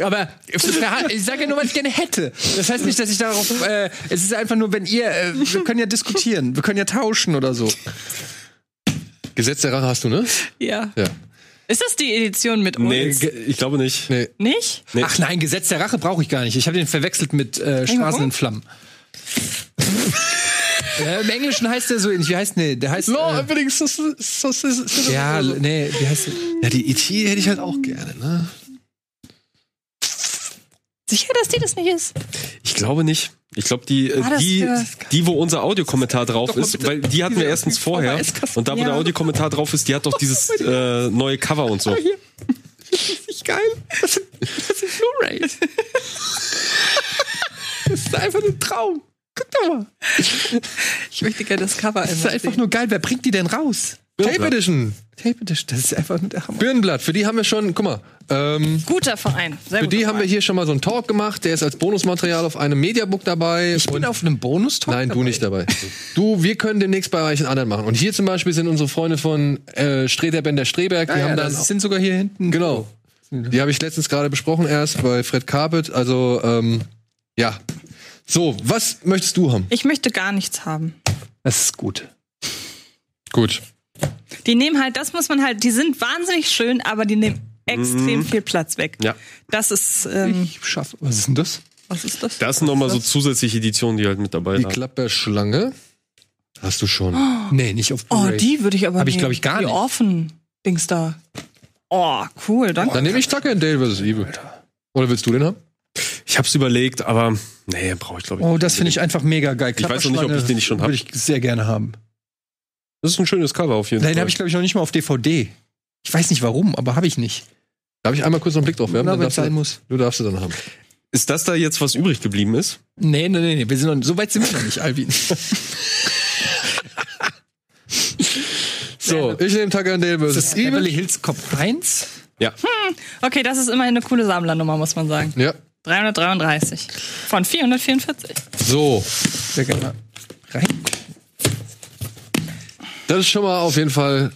S2: Aber ich sage ja nur, was ich gerne hätte. Das heißt nicht, dass ich darauf. Äh, es ist einfach nur, wenn ihr. Äh, wir können ja diskutieren, wir können ja tauschen oder so.
S1: Gesetz der Rache hast du, ne?
S4: Ja.
S1: Ja.
S4: Ist das die Edition mit
S3: Nee,
S4: uns?
S3: ge- ich glaube nicht.
S1: Nee.
S4: Nicht?
S3: Nee.
S2: Ach nein, Gesetz der Rache brauche ich gar nicht. Ich habe den verwechselt mit äh,
S4: warum?
S2: Straßen in Flammen. ja, Im Englischen heißt der so ähnlich. Wie heißt nee, der heißt.
S1: Law
S2: Äh,
S1: Unbedingt. so- so- so- so- so-
S2: ja, nee, wie heißt der?
S1: Ja, die IT hätte ich halt auch gerne, ne?
S4: Sicher, dass die das nicht ist?
S3: Ich glaube nicht. Ich glaube, die, äh,
S4: War das
S3: die,
S4: für-
S3: die, wo unser Audiokommentar drauf ist, weil die hatten wir erstens vorher.
S2: Eiskasten.
S3: Und da, wo
S4: Ja.
S3: der Audiokommentar drauf ist, die hat doch dieses äh, neue Cover und so.
S2: Nicht geil. Das ist, das ist Blu-ray. Das ist einfach ein Traum. Guck doch mal.
S4: Ich möchte gerne das Cover
S2: Das ist einfach nur geil. Wer bringt die denn raus?
S1: Tape Edition.
S2: Tape Edition. Das ist einfach nur der Hammer.
S1: Birnenblatt. Für die haben wir schon, guck mal, ähm,
S4: Guter Verein. Sehr
S1: Für
S4: guter
S1: die haben wir
S4: Verein.
S1: hier schon mal so einen Talk gemacht. Der ist als Bonusmaterial auf einem Mediabook dabei.
S2: Ich bin
S1: Und-
S2: auf einem Bonus-Talk.
S1: Nein, du nicht dabei. Du, wir können demnächst bei euch einen anderen machen. Und hier zum Beispiel sind unsere Freunde von äh, Streter Bender Streberg. Die
S2: Ja, ja,
S1: haben
S2: das
S1: dann,
S2: sind sogar hier hinten.
S1: genau. Die habe ich letztens gerade besprochen erst bei Fred Carpet. Also, ähm, ja. So, was möchtest du haben?
S4: Ich möchte gar nichts haben.
S2: Das ist gut.
S1: Gut.
S4: Die nehmen halt, das muss man halt, die sind wahnsinnig schön, aber die nehmen extrem viel Platz weg.
S3: Ja.
S4: Das ist, ähm,
S2: Ich schaffe. Was ist denn das?
S4: was ist das?
S3: Das sind nochmal so zusätzliche Editionen, die halt mit dabei
S1: Die
S3: sind.
S1: Klapperschlange hast du schon.
S2: Nee, nicht auf
S4: Oh,
S2: Blu-ray.
S4: die würde ich aber
S2: Hab ich,
S4: nehmen.
S2: glaub ich, gar
S4: die
S2: nicht.
S4: offen Dings da. Oh, cool, danke.
S1: Dann nehme ich Tucker and Dale vs. Evil. Oder willst du den haben?
S3: Ich hab's überlegt, aber nee, brauche ich glaube ich.
S2: Oh, das finde ich einfach mega geil.
S3: Ich weiß noch nicht, ob ich den nicht schon hab.
S2: Würde ich sehr gerne haben.
S3: Das ist ein schönes Cover auf jeden
S2: Nein,
S3: Fall.
S2: den habe ich, glaube ich, noch nicht mal auf DVD. Ich weiß nicht warum, aber habe ich nicht.
S1: Darf ich einmal kurz noch einen Blick drauf werfen?
S2: Na,
S1: Dann
S2: wenn's
S1: darfst
S2: sein
S1: du,
S2: muss.
S1: du darfst du dann haben.
S3: ist das da jetzt, was übrig geblieben ist?
S2: Nee, nee, nee, nee. Wir sind noch, so weit sind wir noch nicht, Alvin.
S1: So, ich nehme Tucker and Dale vs. Evil.
S2: Beverly Hills Cop 1.
S3: Ja.
S4: Okay, das ist immerhin eine coole Sammlernummer, muss man sagen.
S1: Ja.
S4: 333 von 444.
S1: So,
S2: Sehr gerne mal rein.
S1: das ist schon mal auf jeden Fall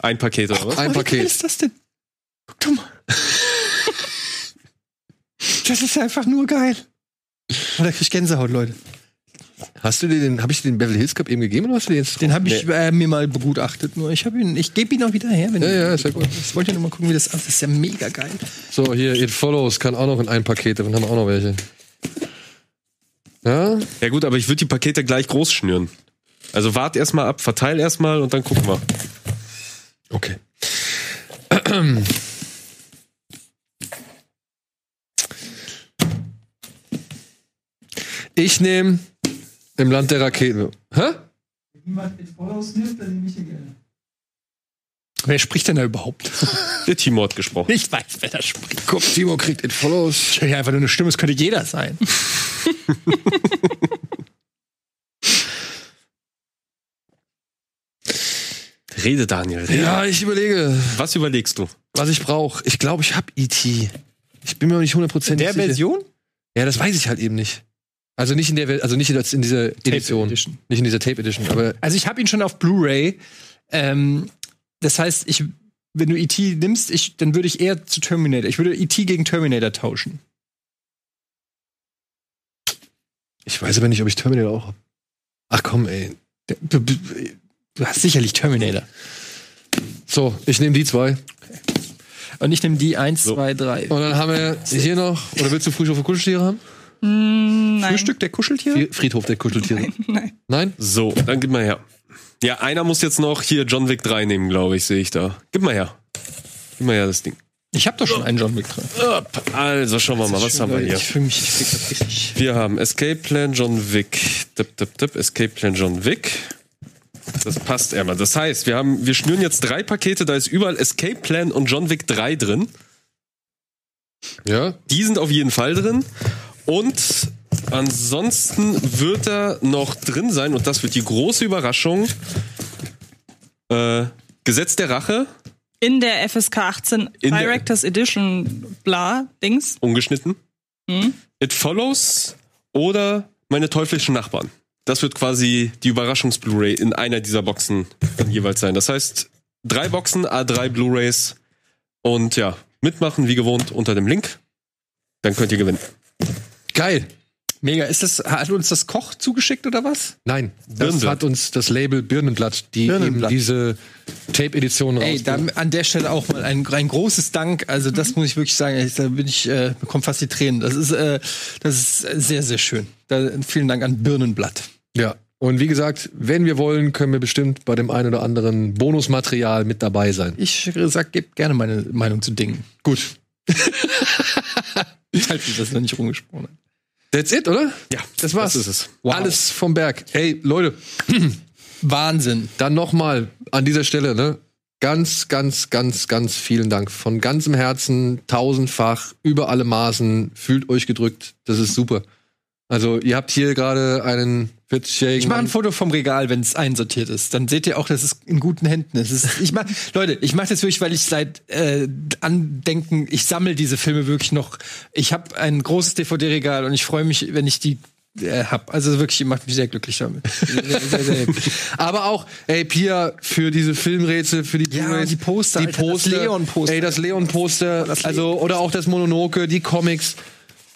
S3: Ein Paket oder was?
S1: ein
S2: Oh, Wie geil
S1: Paket.
S2: ist das denn? Guck doch mal. das ist einfach nur geil. Und da krieg ich Gänsehaut, Leute.
S1: Hast du dir den, habe ich dir den Beverly Hills Cup eben gegeben oder hast du den jetzt?
S2: Den habe ich äh, mir mal begutachtet. Nur ich habe ihn, ich gebe ihn auch wieder her. Wenn
S1: Ja, ja, ist ja gut.
S2: Ich wollte ja nur mal gucken, wie das aussieht. Das ist ja mega geil.
S1: So, hier, It Follows kann auch noch in ein Paket, davon haben wir auch noch welche. Ja?
S3: Ja gut, aber ich würde die Pakete gleich groß schnüren. Also wart erstmal ab, verteil erstmal und dann gucken wir.
S1: Okay. Ich nehme im Land der Raketen. Hä?
S5: Niemand mit Voraus nimmt, dann nehme ich den gerne.
S2: Wer spricht denn da überhaupt?
S3: Der Timo hat gesprochen.
S2: Ich weiß, wer da spricht.
S1: Guck, Timo kriegt den Follows.
S2: Ich höre hier einfach nur eine Stimme, es könnte jeder sein.
S3: Rede, Daniel. Rede.
S1: Ja, ich überlege,
S3: Was überlegst du?
S1: was ich brauche. Ich glaube, ich habe E.T. Ich bin mir noch nicht hundertprozentig sicher. Ja, das weiß ich halt eben nicht. Also nicht in der Welt, also nicht in, in dieser Edition.
S2: Edition.
S1: Nicht in dieser Tape Edition, aber
S2: Also ich habe ihn schon auf Blu-ray. Ähm, das heißt, ich, wenn du E.T. nimmst, ich, dann würde ich eher zu Terminator. Ich würde E.T. gegen Terminator tauschen.
S1: ich weiß aber nicht, ob ich Terminal auch hab. Ach komm, ey.
S2: Du, du, du hast sicherlich Terminator.
S1: So, ich nehme die zwei.
S2: Und ich nehme die 1,
S3: So.
S2: 2, 3.
S1: Und dann haben wir hier noch, oder willst du Frühstück für Kuscheltiere haben?
S4: Nein.
S2: Frühstück der Kuscheltiere?
S1: Hier, Friedhof der Kuscheltiere. Nein?
S4: Nein.
S3: So, dann gib mal her. Ja, einer muss jetzt noch hier John Wick 3 nehmen, glaube ich, sehe ich da. Gib mal her. Gib mal her das Ding.
S2: Ich habe doch schon einen John Wick drin.
S3: Upp. Also schauen wir mal, was haben wir hier?
S2: Ich fühle mich ich krieg das richtig.
S3: Wir haben Escape Plan John Wick. Tipp, tipp, tipp. Escape Plan John Wick. Das passt einmal. Das heißt, wir haben, wir schnüren jetzt drei Pakete, da ist überall Escape Plan und John Wick 3 drin.
S1: Ja?
S3: Die sind auf jeden Fall drin. Und ansonsten wird da noch drin sein, und das wird die große Überraschung, äh, Gesetz der Rache,
S4: In der FSK 18
S3: In der-
S4: Directors Edition bla Dings.
S3: ungeschnitten. It Follows oder Meine teuflischen Nachbarn. Das wird quasi die Überraschungs-Blu-ray in einer dieser Boxen dann jeweils sein. Das heißt, drei Boxen, A3 Blu-rays und ja, mitmachen wie gewohnt unter dem Link. Dann könnt ihr gewinnen.
S1: Geil.
S2: Mega. Ist das, hat uns das Koch zugeschickt oder was?
S1: Nein, das
S3: Birnenblatt.
S1: hat uns das Label Birnenblatt, die
S2: Birnenblatt.
S1: eben diese Tape-Edition
S2: Ey, da,
S1: rausbringt.
S2: an der Stelle auch mal ein, ein großes Dank. Also das muss ich wirklich sagen. Ich, da bin ich, äh, bekomme fast die Tränen. Das ist, äh, das ist sehr, sehr schön. Da, vielen Dank an Birnenblatt.
S1: Ja. Und wie gesagt, wenn wir wollen, können wir bestimmt bei dem einen oder anderen Bonusmaterial mit dabei sein.
S2: Ich sag, gebt gerne meine Meinung zu Dingen.
S1: Gut.
S2: Falls ich das noch nicht rumgesprochen habe.
S1: That's it, oder?
S3: Ja,
S1: Das war's.
S3: Das ist es.
S1: Wow. Alles vom Berg. Ey, Leute,
S2: Wahnsinn.
S1: dann nochmal an dieser Stelle, ne? Ganz, ganz, ganz, ganz vielen Dank. Von ganzem Herzen, tausendfach, über alle Maßen. Fühlt euch gedrückt. Das ist super. Also, ihr habt hier gerade einen 40-jährigen.
S2: Ich mache ein
S1: Mann-
S2: Foto vom Regal, wenn es einsortiert ist. Dann seht ihr auch, dass es in guten Händen ist. Es ist ich mach, Leute, ich mache das wirklich, weil ich seit äh, Andenken, ich sammle diese Filme wirklich noch. Ich habe ein großes DVD-Regal und ich freue mich, wenn ich die äh, hab. Also wirklich, macht mich sehr glücklich damit. Sehr, sehr, sehr happy.
S1: Aber auch, ey, Pia, für diese Filmrätsel, für die
S2: Ja,
S1: Blu-rays,
S2: die Poster,
S1: die
S2: Alter, das
S1: Poster,
S2: Leon-Poster.
S1: Ey, das Leon-Poster, also, oder auch das Mononoke, die Comics.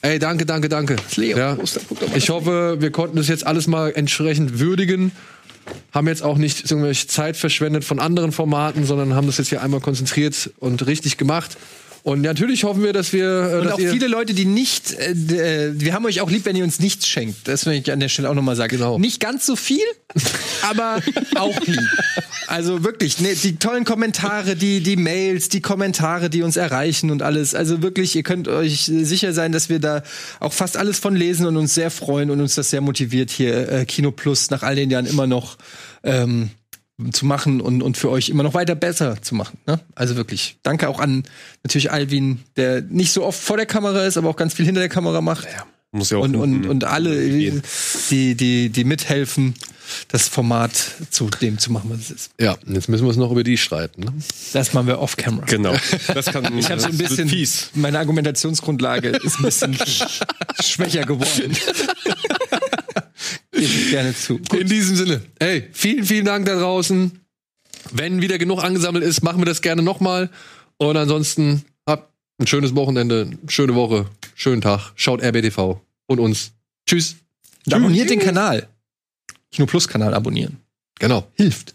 S1: Ey, danke, danke, danke.
S2: Leon-Poster, guck doch mal
S1: Ich hoffe, wir konnten das jetzt alles mal entsprechend würdigen. Haben jetzt auch nicht irgendwelche Zeit verschwendet von anderen Formaten, sondern haben das jetzt hier einmal konzentriert und richtig gemacht. Und natürlich hoffen wir, dass wir. äh,
S2: Und
S1: dass
S2: auch
S1: ihr-
S2: viele Leute, die nicht, äh, d- äh, wir haben euch auch lieb, wenn ihr uns nichts schenkt. Das will ich an der Stelle auch nochmal sagen.
S1: Genau.
S2: Nicht ganz so viel, aber auch lieb. Also wirklich, ne, die tollen Kommentare, die, die Mails, die Kommentare, die uns erreichen und alles. Also wirklich, ihr könnt euch äh, sicher sein, dass wir da auch fast alles von lesen und uns sehr freuen und uns das sehr motiviert, hier äh, Kino Plus nach all den Jahren immer noch ähm, zu machen und, und für euch immer noch weiter besser zu machen. Ne? Also wirklich. Danke auch an natürlich Alvin, der nicht so oft vor der Kamera ist, aber auch ganz viel hinter der Kamera macht.
S3: Muss ja auch
S2: und, und,
S3: hinten
S2: und alle,
S3: gehen.
S2: die, die, die mithelfen, das Format zu dem zu machen, was es ist.
S1: Ja, jetzt müssen wir uns noch über die streiten. Ne?
S2: Das machen wir off-camera.
S3: Genau. Das kann
S2: Ich habe so ein bisschen
S3: fies.
S2: Meine Argumentationsgrundlage ist ein bisschen schwächer geworden. Gebe ich gerne zu.
S1: In diesem Sinne, ey, vielen, vielen Dank da draußen. Wenn wieder genug angesammelt ist, machen wir das gerne nochmal. Und ansonsten habt ein schönes Wochenende, eine schöne Woche, schönen Tag. Schaut RBTV und uns. Tschüss.
S2: Abonniert den Kanal. Kino Plus Kanal abonnieren.
S1: Genau.
S2: Hilft.